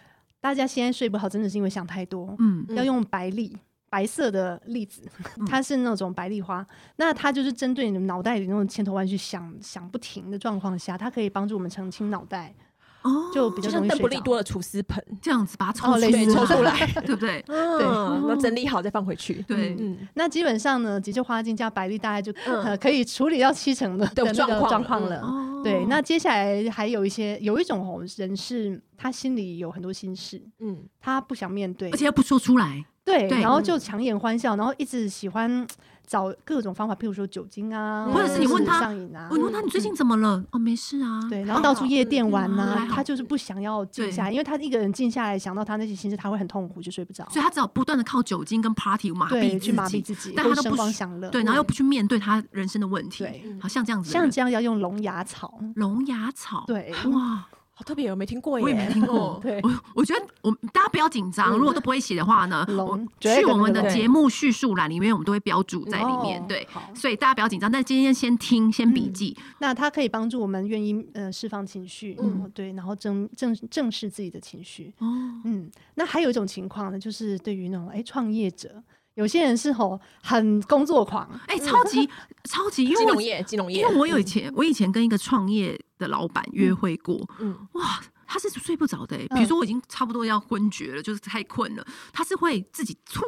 Speaker 3: 大家现在睡不好，真的是因为想太多。
Speaker 1: 嗯，
Speaker 2: 嗯
Speaker 3: 要用白粒，白色的粒子，它是那种白粒花，那它就是针对你的脑袋里那种千头万绪想想不停的状况下，它可以帮助我们澄清脑袋。
Speaker 1: 哦，
Speaker 3: 就比较
Speaker 2: 就像
Speaker 3: 容易
Speaker 2: 邓布
Speaker 3: 睡
Speaker 2: 利
Speaker 3: 着。
Speaker 2: 多的厨师盆，
Speaker 1: 这样子把它抽
Speaker 3: 哦类
Speaker 2: 似
Speaker 1: 出
Speaker 2: 抽出
Speaker 1: 来
Speaker 2: 来，
Speaker 1: 对不 对？
Speaker 2: 嗯，然后整理好再放回去。
Speaker 1: 对，
Speaker 2: 嗯，
Speaker 3: 那基本上呢，急救花精加白粒大概就、
Speaker 2: 嗯
Speaker 3: 呃可以处理到七成的
Speaker 2: 的
Speaker 3: 的那
Speaker 2: 状
Speaker 3: 个
Speaker 2: 况
Speaker 3: 状
Speaker 2: 了
Speaker 3: 况
Speaker 2: 嗯
Speaker 3: 了。
Speaker 1: 哦
Speaker 3: 对，那接下来还有一些有一种哦人是他心里有很多心事，
Speaker 2: 嗯，
Speaker 3: 他不想面对
Speaker 1: 而，且要不说出来，
Speaker 3: 对，
Speaker 1: 对
Speaker 3: 然后就强颜欢笑，然后一直喜欢找各种方法，譬如说酒精啊，
Speaker 2: 或者是你问
Speaker 1: 他
Speaker 3: 上瘾啊
Speaker 1: 我。问哦他你最近怎么了？哦，没事啊。
Speaker 3: 对，然后到处夜店玩呐、
Speaker 1: 还好
Speaker 3: 他就是不想要静下来，因为他一个人静下来，想到他那些心事，他会很痛苦，就睡不着。
Speaker 1: 所以他只好不断的靠酒精跟 party 麻
Speaker 3: 对，
Speaker 1: 痹
Speaker 3: 去麻
Speaker 1: 自
Speaker 3: 痹
Speaker 1: 己，
Speaker 3: 自己，
Speaker 1: 但他
Speaker 3: 或
Speaker 1: 都
Speaker 3: 声
Speaker 1: 不
Speaker 3: 光
Speaker 1: 是
Speaker 3: 享乐。
Speaker 1: 对，然后又不去面对他人生的问题，
Speaker 3: 对
Speaker 1: 好像这样子的
Speaker 3: 像
Speaker 1: 人，
Speaker 3: 这样要用龙牙草，
Speaker 1: 龙牙草，
Speaker 3: 对
Speaker 1: 哇，
Speaker 2: 好特别哦，我没听过耶，嗯
Speaker 1: 我也没听过。
Speaker 3: 对
Speaker 1: 我我觉得我们大家不要紧张，如果都不会写的话呢，
Speaker 3: 龙
Speaker 1: 我
Speaker 3: 绝对
Speaker 1: 去我们
Speaker 3: 跟
Speaker 1: 的
Speaker 3: 那个
Speaker 1: 节目叙述栏里面，我们都会标注在里面。
Speaker 3: 哦
Speaker 1: 对，
Speaker 3: 好嗯
Speaker 1: 所以大家不要紧张，但今天先听，先笔记。
Speaker 3: 那它可以帮助我们愿意呃释放情绪，
Speaker 2: 嗯
Speaker 3: 嗯，对，然后正正正视自己的情绪，
Speaker 1: 哦，
Speaker 3: 嗯。那还有一种情况呢，就是对于那种哎创业者，有些人是吼很工作狂，
Speaker 1: 哎，超 级超 级，因
Speaker 2: 金
Speaker 1: 为
Speaker 2: 融
Speaker 1: 我
Speaker 2: 业，金融业嗯
Speaker 1: 因，为我有以前我以前跟一个创业的老板约会过，
Speaker 2: 嗯，
Speaker 1: 哇，他是睡不着的、欸。比如说我已经差不多要昏厥了，就是太困了，他是会自己冲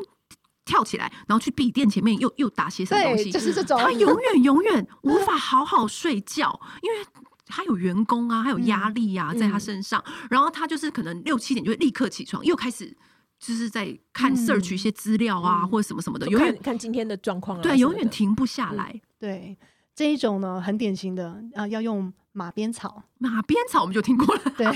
Speaker 1: 跳起来，然后去笔电前面又又打些什么东
Speaker 3: 对，
Speaker 1: 西，
Speaker 3: 就是这种，
Speaker 1: 他永远永远无
Speaker 2: 嗯
Speaker 1: 法好好睡觉，因为。他有员工啊，还有
Speaker 2: 嗯
Speaker 1: 压力啊，在他身上，然后他就是可能六七点就会立刻起床，又开始就是在看
Speaker 3: 嗯
Speaker 1: search 一些资料啊，
Speaker 2: 嗯
Speaker 1: 或者什么什么的，
Speaker 2: 就
Speaker 1: 永
Speaker 2: 看
Speaker 1: 远
Speaker 2: 看今天的状况啊什么
Speaker 1: 对，
Speaker 2: 的，嗯
Speaker 1: 永远停不下来。
Speaker 3: 对这一种呢很典型的啊、要用马鞭草，
Speaker 1: 马鞭草我们就听过了，
Speaker 3: 对，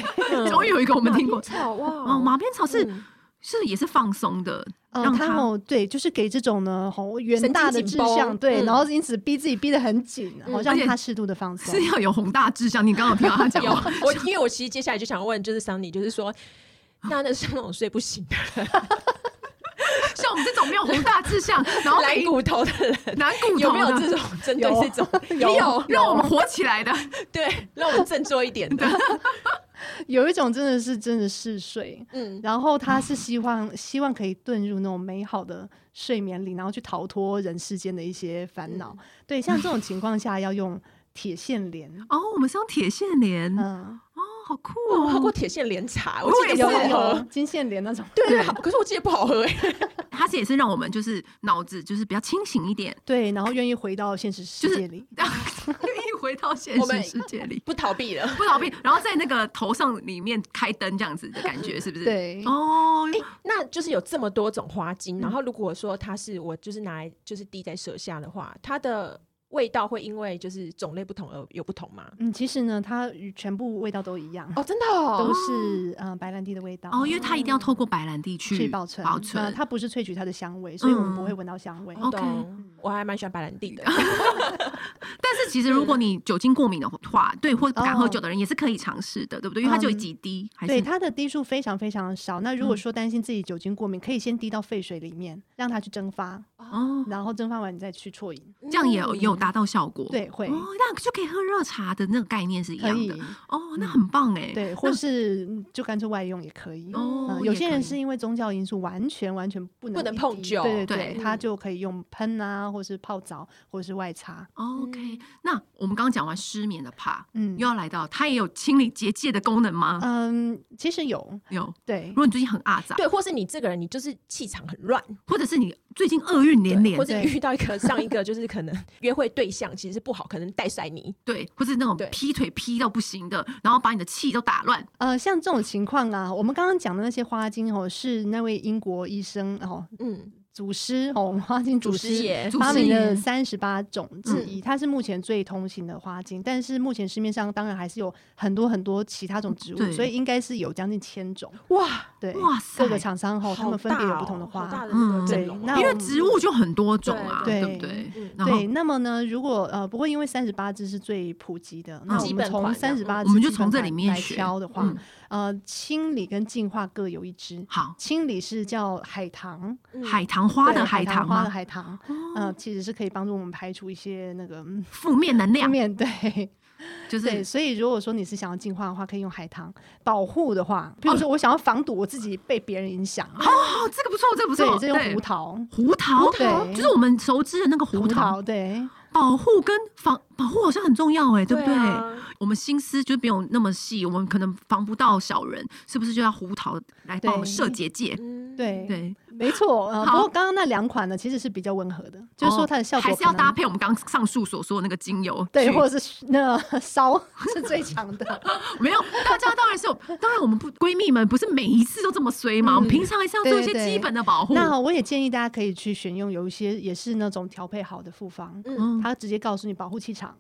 Speaker 2: 嗯
Speaker 1: 终于有一个我们听过
Speaker 2: 马。鞭草哇，
Speaker 1: 哦，马鞭草是
Speaker 2: 嗯
Speaker 1: 是也是放松的，
Speaker 3: 呃
Speaker 1: 让，
Speaker 3: 他
Speaker 1: 他
Speaker 3: 哦，对，就是给这种呢吼远
Speaker 2: 神
Speaker 3: 大
Speaker 2: 经
Speaker 3: 的
Speaker 2: 紧
Speaker 3: 志
Speaker 2: 绷
Speaker 3: 向，对，
Speaker 2: 嗯
Speaker 3: 然后因此逼自己逼得很紧，
Speaker 2: 嗯
Speaker 3: 好让
Speaker 1: 而且
Speaker 3: 他适度的放松
Speaker 1: 是。要有宏大志向。你刚刚有听到他讲
Speaker 2: 有
Speaker 1: 吗？
Speaker 2: 我，因为我其实接下来就想问，就是桑尼，就是说。那那是那种睡不醒的人，
Speaker 1: 像我们这种没有宏大志向，然后
Speaker 2: 来
Speaker 1: 没
Speaker 2: 骨头的人，
Speaker 1: 难骨头
Speaker 2: 有没有
Speaker 1: 的
Speaker 2: 这种针对
Speaker 3: 有
Speaker 2: 这种？
Speaker 3: 有
Speaker 2: 有
Speaker 1: 让我们火起来的？
Speaker 2: 对，让我们振作一点 的。
Speaker 3: 有一种真的是真的嗜睡，
Speaker 2: 嗯，
Speaker 3: 然后他是希望希望可以遁入那种美好的睡眠里，然后去逃脱人世间的一些烦恼。对，像这种情况下要用铁线莲，
Speaker 1: 哦，我们是用铁线莲，哦，
Speaker 3: 嗯，
Speaker 1: 好酷
Speaker 2: 我喝过
Speaker 1: 哦！
Speaker 2: 铁线莲茶，我
Speaker 1: 我
Speaker 2: 记
Speaker 1: 也
Speaker 2: 得
Speaker 3: 有
Speaker 2: 不好
Speaker 3: 有
Speaker 2: 喝。
Speaker 3: 金线莲那种，
Speaker 2: 对对，
Speaker 1: 对
Speaker 2: 好可是我记得不好喝哎。
Speaker 1: 它是也是让我们就是脑子就是比较清醒一 点，
Speaker 3: 对，然后愿意回到现实世界里。
Speaker 1: 让愿意回到现
Speaker 2: 我们
Speaker 1: 实世界里，
Speaker 2: 不逃避了。
Speaker 1: 不逃避。然后在那个头上里面开灯这样子的感觉，是不是？，
Speaker 3: 对，
Speaker 1: 哦，
Speaker 2: 哎、那就是有这么多种花精，然后如果说它是我就是拿来就是滴在舌下的话，它的味道会因为就是种类不同而有不同吗？
Speaker 3: 嗯，其实呢，它与全部味道都一样，
Speaker 2: 哦，真的哦
Speaker 3: 都，是嗯、呃白兰地的味道。
Speaker 1: 哦，因为它一定要透过白兰地去
Speaker 3: 去保存，
Speaker 1: 保
Speaker 3: 呃
Speaker 1: 存。
Speaker 3: 它不是萃取它的香味，所以我们不会
Speaker 1: 嗯
Speaker 3: 闻到香味。
Speaker 1: 哦 OK
Speaker 2: 懂我还蛮喜欢白兰地 的。
Speaker 1: 但是其实如果你酒精过敏的话，对，或不敢喝
Speaker 3: 哦
Speaker 1: 酒的人也是可以尝试的，对不对？因为它就有
Speaker 3: 嗯
Speaker 1: 几滴，还
Speaker 3: 对，
Speaker 1: 是嗯
Speaker 3: 它的滴数非常非常少。那如果说担心自己酒精过敏，可以先滴到沸水里面，让它去蒸发，
Speaker 1: 哦，
Speaker 3: 然后蒸发完你再去啜饮。
Speaker 1: 这样也有也有达到效果。。
Speaker 3: 对，会
Speaker 1: 哦，那就可以喝热茶的那个概念是一
Speaker 3: 可
Speaker 1: 样
Speaker 3: 以
Speaker 1: 的，哦，那很棒哎。
Speaker 3: 对，或是嗯就干脆外用也可以。
Speaker 1: 哦
Speaker 3: 嗯有
Speaker 1: 也
Speaker 3: 些
Speaker 1: 可
Speaker 3: 人
Speaker 1: 以
Speaker 3: 是因为宗教因素，完全完全不能
Speaker 2: 不能
Speaker 3: 一
Speaker 2: 碰
Speaker 3: 滴
Speaker 2: 酒
Speaker 3: 对
Speaker 1: 对
Speaker 3: 对，
Speaker 2: 嗯
Speaker 3: 他就可以用喷啊，或是泡澡，或是外擦。
Speaker 1: OK，那我们刚刚讲完失眠的怕，
Speaker 3: 嗯
Speaker 1: 又要来到它也有清理结界的功能吗？
Speaker 3: 嗯，其实有
Speaker 1: 有。
Speaker 3: 对
Speaker 1: 如果你最近很阿杂，
Speaker 2: 对，或是你这个人，你就是气场很乱，
Speaker 1: 或者是你最近厄运连连
Speaker 2: 或，者
Speaker 3: 对
Speaker 2: 遇到一个上一个就是可能 约会对象其实不好，可能带塞你，
Speaker 1: 对，或是那种
Speaker 2: 对
Speaker 1: 劈腿劈到不行的，然后把你的气都打乱，
Speaker 3: 呃，像这种情况啊，我们刚刚讲的那些花精哦，是那位英国医生哦，
Speaker 2: 嗯，
Speaker 3: 祖师哦，花精祖
Speaker 2: 祖师
Speaker 3: 师
Speaker 2: 爷
Speaker 1: 祖
Speaker 3: 发
Speaker 1: 师
Speaker 3: 明
Speaker 1: 爷嗯
Speaker 3: 的三十八种之一，它是目前最通行的花精，但是目前市面上当然还是有很多很多其他种植
Speaker 1: 对
Speaker 3: 物，所以应该是有将近千种。
Speaker 2: 哇，
Speaker 3: 对，
Speaker 1: 哇塞
Speaker 3: 各个厂商吼，他
Speaker 2: 好
Speaker 3: 们分别
Speaker 2: 大
Speaker 3: 有
Speaker 2: 哦
Speaker 3: 不同的
Speaker 2: 好大
Speaker 3: 花。
Speaker 2: 的那个
Speaker 1: 嗯
Speaker 2: 阵
Speaker 3: 对
Speaker 2: 容哦，
Speaker 3: 那
Speaker 1: 因为
Speaker 3: 我们
Speaker 1: 植物就很多种啊，
Speaker 2: 对
Speaker 1: 对
Speaker 3: 对
Speaker 1: 不对？
Speaker 2: 嗯
Speaker 1: 然后
Speaker 3: 对，那么呢，如果呃，不过因为三十八支是最普及的，那我
Speaker 1: 嗯基
Speaker 3: 们
Speaker 2: 本
Speaker 3: 从
Speaker 2: 款这样
Speaker 3: 三十八
Speaker 1: 我们
Speaker 3: 支
Speaker 1: 就
Speaker 3: 基
Speaker 1: 从
Speaker 3: 本
Speaker 1: 这
Speaker 3: 款
Speaker 1: 里面
Speaker 3: 来
Speaker 1: 学
Speaker 3: 挑的话，
Speaker 1: 嗯
Speaker 3: 呃，清理跟净化各有一支。
Speaker 1: 好，
Speaker 3: 清理是叫海棠，
Speaker 2: 嗯
Speaker 1: 海棠花
Speaker 3: 对
Speaker 1: 的
Speaker 3: 海
Speaker 1: 棠
Speaker 3: 花的
Speaker 1: 吗？哦
Speaker 3: 海棠，呃，其实是可以帮助我们排除一些那个嗯
Speaker 1: 负面能
Speaker 3: 负
Speaker 1: 量
Speaker 3: 面对
Speaker 1: 就
Speaker 3: 对，
Speaker 1: 是
Speaker 3: 所以如果说你是想要净化的话，可以用海棠保护的话，比如说我想要防堵我自己被别人影响，
Speaker 1: 哦，这个不错，这个不
Speaker 3: 对，
Speaker 1: 错，
Speaker 3: 这用
Speaker 1: 对
Speaker 3: 胡桃，
Speaker 1: 胡桃，
Speaker 3: 对
Speaker 1: 就是我们熟知的那个胡
Speaker 3: 胡
Speaker 1: 桃
Speaker 3: 桃对，
Speaker 1: 保护跟防保护好像很重要哎、对不对？
Speaker 2: 啊
Speaker 1: 我们心思就没有那么细，我们可能防不到小人，是不是就要胡桃来帮我们
Speaker 3: 对
Speaker 1: 设结界？
Speaker 2: 嗯，
Speaker 3: 对
Speaker 1: 对，
Speaker 3: 没错。呃，
Speaker 1: 好
Speaker 3: 不过刚刚那两款呢，其实是比较温和的，就是说它的效
Speaker 1: 哦
Speaker 3: 果
Speaker 1: 还是要
Speaker 3: 可能
Speaker 1: 搭配我们刚上述所说的那个精油去，
Speaker 3: 对，或者是那 烧是最强的。
Speaker 1: 没有，大家当然是有，当然我们不闺蜜们不是每一次都这么衰嘛，我们平常还是要做一些
Speaker 3: 嗯对对
Speaker 1: 基本的保护。
Speaker 3: 那我也建议大家可以去选用有一些也是那种调配好的复方，
Speaker 2: 嗯
Speaker 1: 嗯
Speaker 3: 它直接告诉你保护气场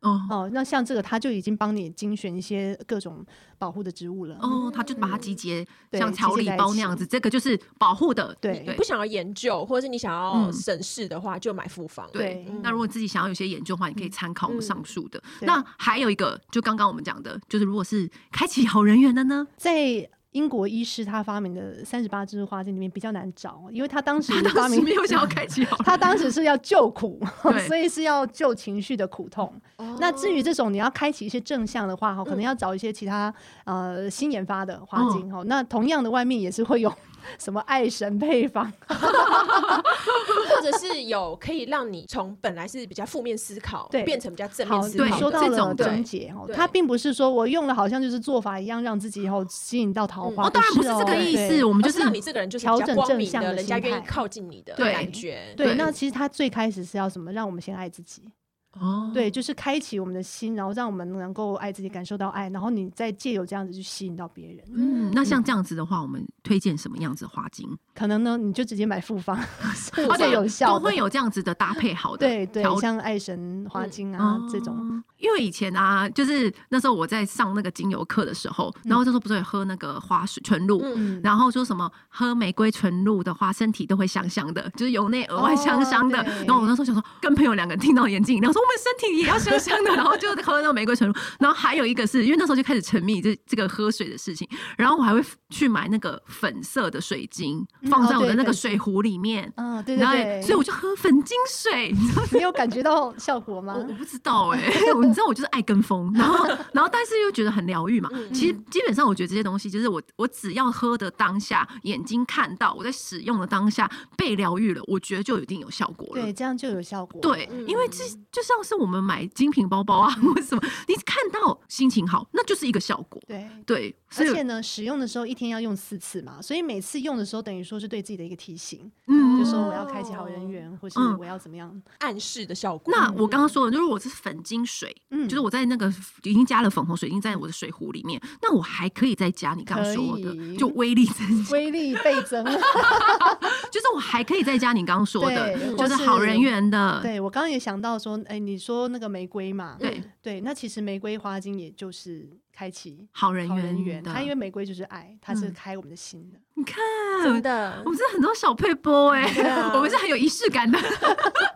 Speaker 1: 哦
Speaker 3: 哦。那像这个，它就已经帮你精选一些各种保护的植物了。
Speaker 1: 哦，他就把它集结，
Speaker 3: 嗯对
Speaker 1: 像调理包那样
Speaker 3: 集
Speaker 1: 子，这个就是保护的。
Speaker 3: 对
Speaker 1: 对
Speaker 2: 不想要研究，或者是你想要
Speaker 1: 嗯
Speaker 2: 省事的话，就买复方。嗯
Speaker 1: 对
Speaker 3: 对嗯
Speaker 1: 那如果自己想要有些研究的话，你可以参考我们上述的。
Speaker 3: 对
Speaker 1: 那还有一个，就刚刚我们讲的，就是如果是开启好人缘的呢，
Speaker 3: 在英国医师他发明的三十八支花精里面比较难找，因为他当时
Speaker 1: 他
Speaker 3: 发
Speaker 1: 当时
Speaker 3: 明
Speaker 1: 没有想要开启好人
Speaker 3: 他当时是要救苦
Speaker 1: 对，
Speaker 3: 所以是要救情绪的苦痛。
Speaker 2: 哦
Speaker 3: 那至于这种你要开启一些正向的话，哈，
Speaker 1: 嗯
Speaker 3: 可能要找一些其他呃新研发的花精哈。那同样的，外面也是会有 什么爱神配方，
Speaker 2: 或者是有可以让你从本来是比较负面思考，
Speaker 3: 对
Speaker 2: 变成比较正面
Speaker 3: 好，
Speaker 2: 思
Speaker 3: 对，
Speaker 2: 考的。
Speaker 3: 说到
Speaker 1: 这
Speaker 3: 了
Speaker 1: 种对
Speaker 3: 症结哦，
Speaker 2: 对
Speaker 3: 它并不是说我用了好像就是做法一样让自己以后吸引到桃花，
Speaker 1: 哦，当然不是
Speaker 3: 哦
Speaker 1: 这个意思，。我
Speaker 2: 我
Speaker 1: 们就
Speaker 2: 知
Speaker 1: 是
Speaker 2: 道你这个人就是
Speaker 3: 调
Speaker 2: 比较
Speaker 3: 整
Speaker 2: 光
Speaker 3: 正
Speaker 2: 明
Speaker 3: 向
Speaker 2: 的，
Speaker 3: 的
Speaker 2: 人家
Speaker 3: 心
Speaker 2: 愿意
Speaker 3: 态
Speaker 2: 靠近你的
Speaker 1: 对
Speaker 2: 感觉。嗯
Speaker 3: 对，
Speaker 1: 对
Speaker 3: 对那其实它最开始是要什么？让我们先爱自己，
Speaker 1: 哦，
Speaker 3: 对，就是开启我们的心，然后让我们能够爱自己，感受到爱，然后你再借由这样子去吸引到别人。
Speaker 1: 嗯，那像这样子的话，我们推荐什么样子的花精？
Speaker 3: 可能呢，你就直接买 复方是
Speaker 1: 而且
Speaker 3: 最有效
Speaker 1: 哦都
Speaker 3: 的
Speaker 1: 会。有这样子的搭配好的
Speaker 3: 对对
Speaker 1: 调，
Speaker 3: 像爱神花精啊、
Speaker 1: 哦
Speaker 3: 这种，
Speaker 1: 因为以前啊，就是那时候我在上那个精油课的时候，
Speaker 3: 嗯
Speaker 1: 然后那时候不是有喝那个花水纯露，
Speaker 2: 嗯，
Speaker 1: 然后说什么喝玫瑰纯露的话，身体都会香香的，就是由内而外香香的。
Speaker 3: 哦对
Speaker 1: 然后我那时候想说，跟朋友两个人听到眼镜，然后说我们身体也要香香的，然后就喝那个玫瑰纯露。然后还有一个是因为那时候就开始沉迷这这个喝水的事情，然后我还会去买那个粉色的水晶，放在我的那个水壶里面。
Speaker 3: 嗯，哦对对
Speaker 1: 然后也，
Speaker 3: 对，
Speaker 1: 所以我就喝粉晶水，你知道吗
Speaker 3: 你有感觉到效果吗
Speaker 1: 我？我不知道哎、我你知道我就是爱跟风，然后然后但是又觉得很疗愈嘛。其
Speaker 2: 嗯
Speaker 3: 嗯
Speaker 1: 实基本上我觉得这些东西，就是我我只要喝的当下，眼睛看到我在使用的当下被疗愈了，我觉得就一定有效果了
Speaker 3: 对，。嗯这样就有效果。
Speaker 1: 对，因为这就像是我们买精品包包啊， 为什么你看到心情好，那就是一个效果。
Speaker 3: 对。
Speaker 1: 对，所
Speaker 3: 而
Speaker 1: 以
Speaker 3: 且呢，使用的时候一天要用四次嘛，所以每次用的时候等于说是对自己的一个提醒，
Speaker 1: 嗯
Speaker 3: 就说我要开启好人缘，或是
Speaker 1: 嗯
Speaker 3: 我要怎么样。
Speaker 2: 暗示的效果。嗯
Speaker 1: 那我刚刚说的，就是我是粉晶水，
Speaker 3: 嗯
Speaker 1: 就是我在那个已经加了粉红水晶在我的水壶里面，那我还可以再加你刚刚说
Speaker 3: 可以
Speaker 1: 的，就威力增 加，
Speaker 3: 威力倍 增。
Speaker 1: 就是我还可以再加你刚刚说的，
Speaker 3: 对
Speaker 1: 就是
Speaker 3: 或是
Speaker 1: 好人缘的，
Speaker 3: 对我刚刚也想到说，哎，你说那个玫瑰嘛，
Speaker 1: 对
Speaker 3: 对，那其实玫瑰花精也就是开启
Speaker 1: 好人
Speaker 3: 好人缘，
Speaker 1: 缘的
Speaker 3: 它。因为玫瑰就是爱，它是
Speaker 1: 嗯
Speaker 3: 开我们的心的。
Speaker 1: 你看，
Speaker 2: 真的
Speaker 1: 我们这很多小配波哎
Speaker 2: 对啊，
Speaker 1: 我们是很有仪式感的。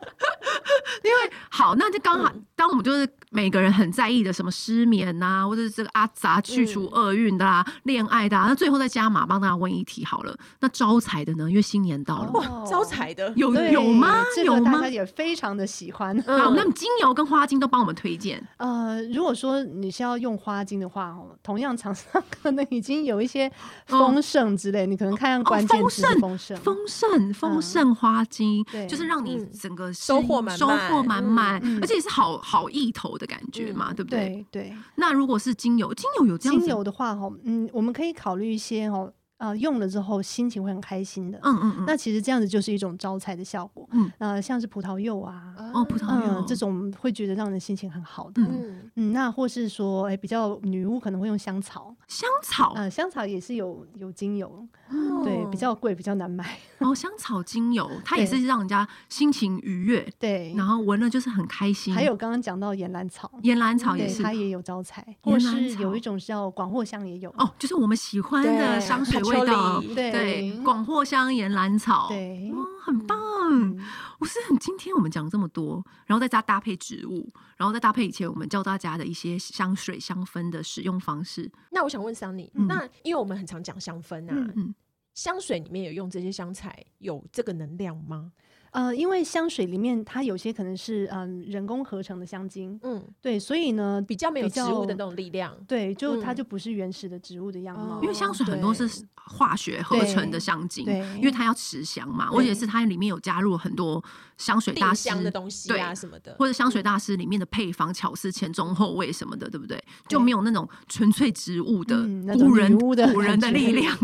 Speaker 1: 因为好，那就刚好，
Speaker 3: 嗯
Speaker 1: 当我们就是每个人很在意的什么失眠呐、或者是这个阿杂
Speaker 3: 嗯
Speaker 1: 去除厄运的啊，恋爱的啊，那最后再加码帮大家问一题好了。那招财的呢？因为新年到了嘛，
Speaker 2: 哇，招财的
Speaker 1: 有
Speaker 3: 哦对
Speaker 1: 哦有吗？
Speaker 3: 这
Speaker 1: 有
Speaker 3: 个大
Speaker 1: 吗
Speaker 3: 家？嗯也非常的喜欢。
Speaker 2: 嗯
Speaker 1: 好，那么精油跟花精都帮我们推荐，
Speaker 3: 呃，如果说你是要用花精的话，哦，同样厂商 可能已经有一些丰盛之类，你可能看看关键
Speaker 1: 哦丰
Speaker 3: 字
Speaker 1: 盛
Speaker 3: 丰盛，
Speaker 1: 丰盛丰
Speaker 3: 啊嗯
Speaker 1: 盛花精，
Speaker 3: 对
Speaker 1: 就是让你
Speaker 2: 嗯
Speaker 1: 整个是
Speaker 2: 收获满
Speaker 1: 收
Speaker 2: 满
Speaker 1: 获满
Speaker 2: 嗯
Speaker 1: 满，
Speaker 3: 嗯
Speaker 1: 而且是好好意头的感觉嘛，对不对？
Speaker 3: 对对。
Speaker 1: 那如果是精油，精油有这样
Speaker 3: 精
Speaker 1: 子，
Speaker 3: 油的话，哈，嗯，我们可以考虑一些哦，呃，用了之后心情会很开心的。
Speaker 1: 嗯嗯嗯，
Speaker 3: 那其实这样子就是一种招财的效果。
Speaker 1: 嗯，
Speaker 3: 呃，像是葡萄柚啊，
Speaker 1: 哦，葡萄
Speaker 3: 嗯
Speaker 1: 柚，
Speaker 3: 这种会觉得让人心情很好的。
Speaker 1: 嗯
Speaker 2: 嗯
Speaker 3: 嗯，那或是说，哎，比较女巫可能会用香草，
Speaker 1: 香草，
Speaker 3: 呃，香草也是有有精油，
Speaker 1: 嗯
Speaker 3: 对
Speaker 2: 哦，
Speaker 3: 比较贵，比较难买，
Speaker 1: 哦，香草精油，它也
Speaker 3: 对
Speaker 1: 是让人家心情愉悦，
Speaker 3: 对。
Speaker 1: 然后闻了就是很开心。
Speaker 3: 还有刚刚讲到岩兰草，
Speaker 1: 岩兰草也
Speaker 3: 对，
Speaker 1: 是，
Speaker 3: 它也有招财，
Speaker 1: 岩
Speaker 3: 或
Speaker 1: 兰
Speaker 3: 是
Speaker 1: 草
Speaker 3: 有一种叫广藿香也有，
Speaker 1: 哦，就是我们喜欢的
Speaker 2: 对
Speaker 1: 香水味道，
Speaker 2: patchouli
Speaker 3: 对
Speaker 1: 对，广藿香、岩兰草，
Speaker 3: 对
Speaker 1: 哇，
Speaker 2: 嗯
Speaker 1: 很棒！我是很今天我们讲这么多，然后再加搭配植物，然后再搭配以前我们教大家的一些香水香氛的使用方式。
Speaker 2: 那我想问桑尼，
Speaker 3: 嗯
Speaker 2: 那因为我们很常讲香氛啊，
Speaker 3: 嗯
Speaker 1: 嗯
Speaker 2: 香水里面有用这些香材，有这个能量吗？
Speaker 3: 呃，因为香水里面它有些可能是嗯、人工合成的香精，
Speaker 2: 嗯，
Speaker 3: 对，所以呢，
Speaker 2: 比较没有
Speaker 3: 比
Speaker 2: 植
Speaker 3: 较
Speaker 2: 物的那种力量。
Speaker 3: 对，就、它
Speaker 2: 嗯
Speaker 3: 就不是原始的植物的样貌，
Speaker 1: 哦因为香水很多是化学合成的香精，
Speaker 3: 哦对
Speaker 1: 因为它要持香嘛，而且是它里面有加入很多香水大
Speaker 2: 定
Speaker 1: 师
Speaker 2: 香的东西啊
Speaker 1: 对
Speaker 2: 什么的，
Speaker 1: 或者香水大师里面的配方巧思前中后味什么的，对不对？就没有那种纯粹植物的
Speaker 3: 嗯那种
Speaker 1: 古人
Speaker 3: 女巫的
Speaker 1: 古人的
Speaker 3: 感觉
Speaker 1: 力 量，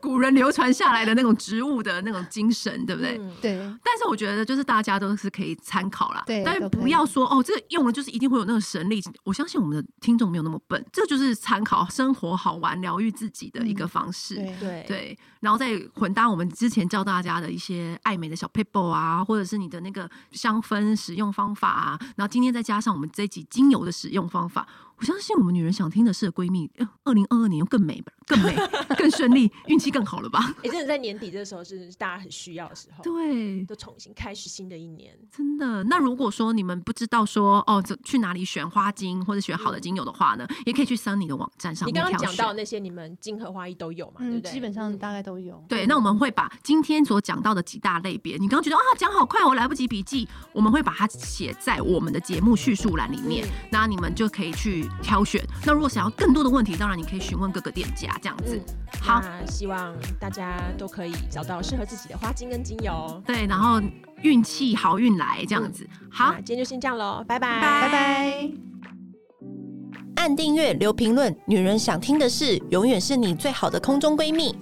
Speaker 1: 古人流传下来的那种植物的那种精神，对不对？
Speaker 2: 嗯
Speaker 3: 对
Speaker 1: 但是我觉得就是大家都是可以参考啦，
Speaker 3: 对
Speaker 1: 但是
Speaker 3: 都可以
Speaker 1: 不要说哦，这个用了就是一定会有那个神力。我相信我们的听众没有那么笨，这就是参考生活好玩、疗愈自己的一个方式。
Speaker 3: 嗯对
Speaker 2: 对
Speaker 1: 对，然后再混搭我们之前教大家的一些爱美的小 paper 啊，或者是你的那个香氛使用方法啊，然后今天再加上我们这一集精油的使用方法，我相信我们女人想听的是闺蜜，呃二零二二年又更美吧，更美，更顺利，运气更好了 吧？
Speaker 2: 也真的在年底这时候是大家很需要的时候，
Speaker 1: 对。
Speaker 2: 都重新开始新的一年。
Speaker 1: 真的，那如果说你们不知道说哦，这去哪里选花精或者选好的精油的话呢，也可以去 Sunny 的网站上
Speaker 2: 你
Speaker 1: 面
Speaker 2: 刚
Speaker 1: 挑
Speaker 2: 刚讲
Speaker 1: 选
Speaker 2: 到那些，你们金和花艺都有嘛？对
Speaker 3: 嗯，
Speaker 2: 不对？
Speaker 3: 基本上大概都有。
Speaker 1: 对，那我们会把今天所讲到的几大类别，你刚刚觉得啊讲好快哦，我来不及笔记，我们会把它写在我们的节目叙述栏里面
Speaker 2: 嗯，
Speaker 1: 那你们就可以去挑选。那如果想要更多的问题，当然你可以询问各个店家这样子。
Speaker 2: 嗯，
Speaker 1: 好
Speaker 2: 那希望大家都可以找到适合自己的花精跟精油。
Speaker 1: 对，然后运气好运来这样子。好
Speaker 2: 嗯那，今天就先这样喽，拜拜，
Speaker 1: 拜
Speaker 3: 拜拜。
Speaker 4: 按订阅、留评论，女人想听的事，永远是你最好的空中闺蜜。